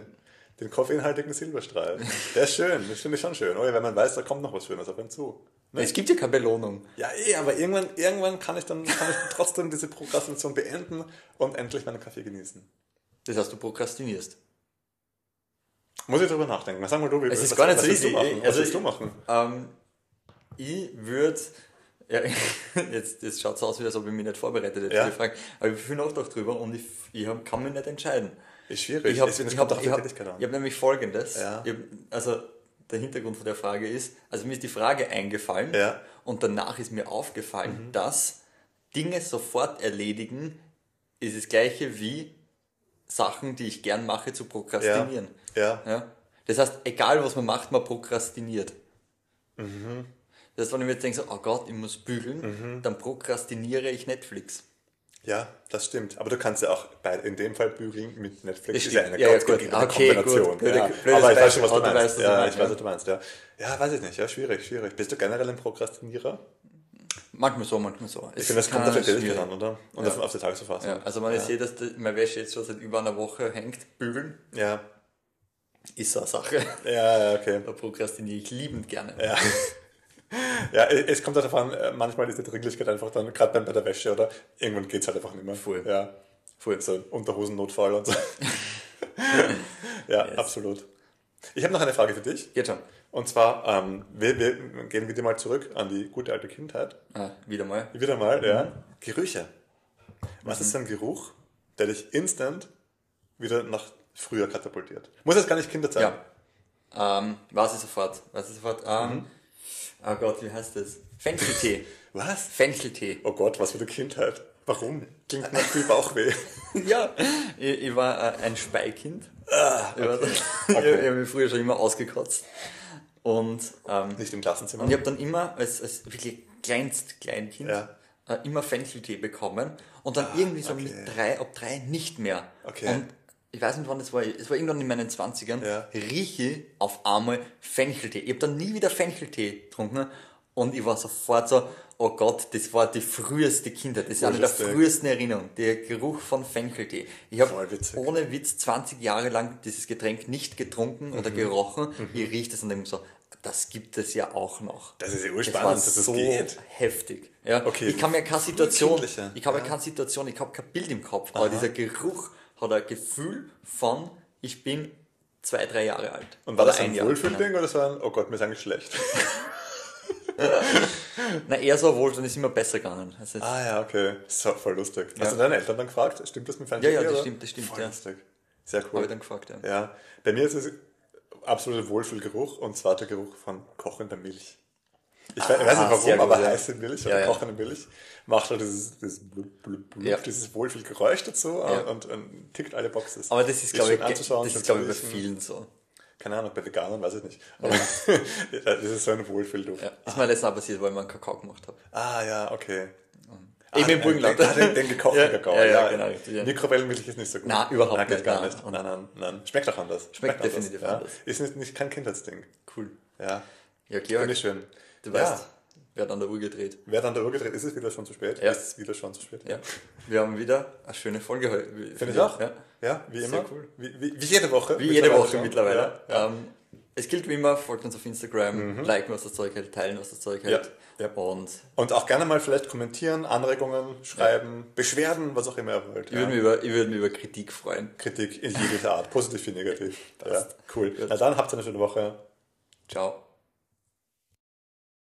Speaker 3: Den koffeinhaltigen Silberstreif. Der ist schön, das finde ich schon schön, oder? Wenn man weiß, da kommt noch was Schönes auf einen zu. Ne?
Speaker 2: Es gibt ja keine Belohnung.
Speaker 3: Ja, eh, aber irgendwann, irgendwann kann ich dann kann ich trotzdem diese Prokrastination beenden und endlich meinen Kaffee genießen.
Speaker 2: Das heißt, du prokrastinierst.
Speaker 3: Muss ich drüber nachdenken. Sag mal du, wie
Speaker 2: Es ist
Speaker 3: Also was,
Speaker 2: gar nicht
Speaker 3: was
Speaker 2: so
Speaker 3: willst
Speaker 2: easy.
Speaker 3: Du machen? was
Speaker 2: Also
Speaker 3: willst du
Speaker 2: ich-
Speaker 3: machen?
Speaker 2: Ähm, ich würde. Ja, [laughs] jetzt, jetzt schaut es aus, wie als ob ich mich nicht vorbereitet hätte.
Speaker 3: Ja.
Speaker 2: die Frage. Aber ich habe viel nachgedacht drüber und ich, ich hab, kann mich nicht entscheiden.
Speaker 3: Ist schwierig.
Speaker 2: Ich habe
Speaker 3: Es- es
Speaker 2: ich
Speaker 3: kommt
Speaker 2: hab,
Speaker 3: auch auf die
Speaker 2: ich hab,
Speaker 3: Tätigkeit an.
Speaker 2: ich hab nämlich folgendes.
Speaker 3: Ja.
Speaker 2: Ich hab, also der Hintergrund von der Frage ist, also mir ist die Frage eingefallen
Speaker 3: Ja. Mhm.
Speaker 2: und danach ist mir aufgefallen, dass Dinge sofort erledigen ist das gleiche wie Sachen, die ich gern mache, zu
Speaker 3: ja.
Speaker 2: prokrastinieren.
Speaker 3: Ja.
Speaker 2: Ja? Das heißt, egal was man macht, man prokrastiniert.
Speaker 3: Mhm.
Speaker 2: Das heißt, wenn ich mir jetzt denke, so, oh Gott, ich muss bügeln, dann prokrastiniere ich Netflix.
Speaker 3: ja, das stimmt. Aber du kannst ja auch bei, in dem Fall bügeln mit Netflix.
Speaker 2: Das
Speaker 3: Ist ja
Speaker 2: stimmt.
Speaker 3: eine
Speaker 2: Ja, ja,
Speaker 3: ganz
Speaker 2: gut. Ah,
Speaker 3: gute
Speaker 2: Okay, gut.
Speaker 3: Kombination.
Speaker 2: Blöde-
Speaker 3: ja.
Speaker 2: blödes
Speaker 3: Aber ich weiß schon,
Speaker 2: Beispiel,
Speaker 3: was du
Speaker 2: aber du
Speaker 3: meinst.
Speaker 2: weißt, was ich
Speaker 3: ja,
Speaker 2: meine,
Speaker 3: ich weiß,
Speaker 2: ja.
Speaker 3: was du meinst. Ja. ja, weiß ich nicht. Ja, schwierig, schwierig. Bist du generell ein Prokrastinierer?
Speaker 2: Manchmal so, manchmal so.
Speaker 3: Ich finde, das kommt eh auf die Tätigkeit an, oder? Und
Speaker 2: Ah, Ja.
Speaker 3: auf- auf die Tagesverfassung.
Speaker 2: Ja, also wenn ich sehe, dass die- meine Wäsche jetzt schon seit über einer Woche hängt, bügeln,
Speaker 3: Ja.
Speaker 2: ist so eine Sache. [laughs]
Speaker 3: Ja, ja, okay.
Speaker 2: Da prokrastiniere ich liebend gerne.
Speaker 3: Ja. Ja, es kommt halt darauf an, äh, manchmal ist die Dringlichkeit einfach dann, gerade bei- bei der Wäsche, oder? Irgendwann geht's halt einfach nicht mehr.
Speaker 2: Voll.
Speaker 3: Ja.
Speaker 2: Voll.
Speaker 3: So ein Unterhosennotfall
Speaker 2: [laughs]
Speaker 3: und so. ja, absolut. Ich habe noch eine Frage für dich.
Speaker 2: Jetzt schon.
Speaker 3: Und zwar, ähm, wir, wir gehen wieder mal zurück an die gute alte Kindheit.
Speaker 2: Ah, wieder mal.
Speaker 3: Wieder mal, ja. Mhm. Gerüche. Was ist ein Geruch, der dich instant wieder nach früher katapultiert? Muss jetzt gar nicht Kinder sein.
Speaker 2: Ja. Ähm, was ist sofort? Was ist sofort? Ähm,
Speaker 3: Mhm.
Speaker 2: Oh Gott, wie heißt das? Fencheltee.
Speaker 3: Was?
Speaker 2: Fencheltee.
Speaker 3: Oh Gott, was für eine Kindheit. Warum? Klingt nach viel Bauchweh.
Speaker 2: Ja, ich, ich war äh, ein Speikind. Ich, war, [laughs] ich, ich
Speaker 3: Ah, Okay.
Speaker 2: habe mich früher schon immer ausgekotzt. Und ähm,
Speaker 3: [laughs] Nicht im Klassenzimmer.
Speaker 2: und ich habe dann immer als, als wirklich kleinst Kleinkind
Speaker 3: Ja. Ah,
Speaker 2: äh, immer Fencheltee bekommen und dann irgendwie so mit drei, ab drei nicht mehr.
Speaker 3: Okay.
Speaker 2: Und ich weiß nicht wann das war, es war irgendwann in meinen 20ern,
Speaker 3: Ja.
Speaker 2: rieche auf einmal Fencheltee. Ich habe dann nie wieder Fencheltee getrunken und ich war sofort so, oh Gott, das war die früheste Kindheit, das ist eine der
Speaker 3: Lustig.
Speaker 2: frühesten Erinnerungen, der Geruch von Fencheltee. Ich habe
Speaker 3: Voll witzig.
Speaker 2: ohne Witz 20 Jahre lang dieses Getränk nicht getrunken oder
Speaker 3: Mhm.
Speaker 2: gerochen. Ich rieche das und denke mir so, das gibt es ja auch noch.
Speaker 3: Das ist ja
Speaker 2: Das
Speaker 3: urspannend,
Speaker 2: war
Speaker 3: dass das
Speaker 2: so
Speaker 3: geht.
Speaker 2: heftig. Ja.
Speaker 3: Okay.
Speaker 2: Ich kann mir keine Situation, ich
Speaker 3: Kindliche,
Speaker 2: habe ja. keine Situation, ich habe kein Bild im Kopf, aber dieser Geruch hat ein Gefühl von, ich bin zwei, drei Jahre alt.
Speaker 3: Und war das
Speaker 2: Oder
Speaker 3: ein Wohlfühlding oder so ein, oh Gott, mir ist eigentlich schlecht?
Speaker 2: Genau. Na, eher so wohl, dann ist immer besser gegangen. Also es-
Speaker 3: [laughs] Ah ja, okay. So, voll lustig.
Speaker 2: Ja.
Speaker 3: Hast du deine Eltern dann gefragt? Stimmt das mit
Speaker 2: Ja,
Speaker 3: Fernsehen?
Speaker 2: ja, das stimmt, das stimmt,
Speaker 3: Voll
Speaker 2: ja.
Speaker 3: lustig. Sehr cool.
Speaker 2: Hab ich dann gefragt, ja.
Speaker 3: Bei mir ist es absoluter Wohlfühlgeruch und zwar der Geruch von kochender Milch. Ich weiß, ich weiß nicht
Speaker 2: Ah, sehr
Speaker 3: warum,
Speaker 2: gut,
Speaker 3: aber
Speaker 2: ja.
Speaker 3: heiße Milch
Speaker 2: Ja,
Speaker 3: oder
Speaker 2: ja.
Speaker 3: kochende Milch macht halt dieses, dieses, blub, blub, blub,
Speaker 2: Ja.
Speaker 3: dieses Wohlfühlgeräusch dazu äh,
Speaker 2: Ja.
Speaker 3: und, und tickt alle Boxes.
Speaker 2: aber das ist, glaube ich,
Speaker 3: schön
Speaker 2: ge- das
Speaker 3: anzuschauen, schön
Speaker 2: ist,
Speaker 3: zu
Speaker 2: glaube ich, bei
Speaker 3: riechen.
Speaker 2: vielen so.
Speaker 3: Keine Ahnung, bei Veganern weiß ich nicht. Aber [laughs] das ist so ein Wohlfühlduft.
Speaker 2: Ja. Ist mir letztens auch passiert, weil ich mir einen Kakao gemacht habe.
Speaker 3: Ah ja, okay.
Speaker 2: Eben im Burgenland.
Speaker 3: Den, ah, den, den [laughs] gekochten
Speaker 2: Ja,
Speaker 3: Kakao.
Speaker 2: ja, ja, genau, richtig, ja.
Speaker 3: Mikrowellenmilch ist nicht so gut.
Speaker 2: Na, überhaupt
Speaker 3: Nein, geht
Speaker 2: nicht,
Speaker 3: gar
Speaker 2: na.
Speaker 3: nicht. Nein, nein, nein. Schmeckt auch anders.
Speaker 2: definitiv
Speaker 3: anders.
Speaker 2: anders.
Speaker 3: Ja. Ist nicht, nicht kein Kindheitsding.
Speaker 2: Cool.
Speaker 3: Ja.
Speaker 2: Ja,
Speaker 3: Finde
Speaker 2: Georg,
Speaker 3: ich schön.
Speaker 2: du
Speaker 3: Ja.
Speaker 2: weißt, wer hat an der Uhr gedreht.
Speaker 3: Wer dann der Uhr gedreht, ist es wieder schon zu spät?
Speaker 2: Ja.
Speaker 3: Ist es wieder schon zu spät?
Speaker 2: Ja. Wir haben wieder eine schöne Folge heute.
Speaker 3: Finde ich auch.
Speaker 2: Ja.
Speaker 3: Ja, wie
Speaker 2: Sehr
Speaker 3: immer.
Speaker 2: cool.
Speaker 3: Wie, wie, wie jede Woche.
Speaker 2: Wie jede Woche
Speaker 3: schon.
Speaker 2: mittlerweile.
Speaker 3: Ja, ja.
Speaker 2: Ähm, es gilt wie immer, folgt uns auf Instagram, liken, was das Zeug hält, teilen, was das Zeug hält.
Speaker 3: Ja. Ja.
Speaker 2: Und
Speaker 3: Und auch gerne mal vielleicht kommentieren, Anregungen schreiben, Beschwerden, was auch immer ihr wollt.
Speaker 2: ich würde mich, über- ich würde mich über Kritik freuen.
Speaker 3: Kritik in jeglicher Art, positiv wie negativ. Ja, cool. Na dann habt ihr eine schöne Woche.
Speaker 2: Ciao.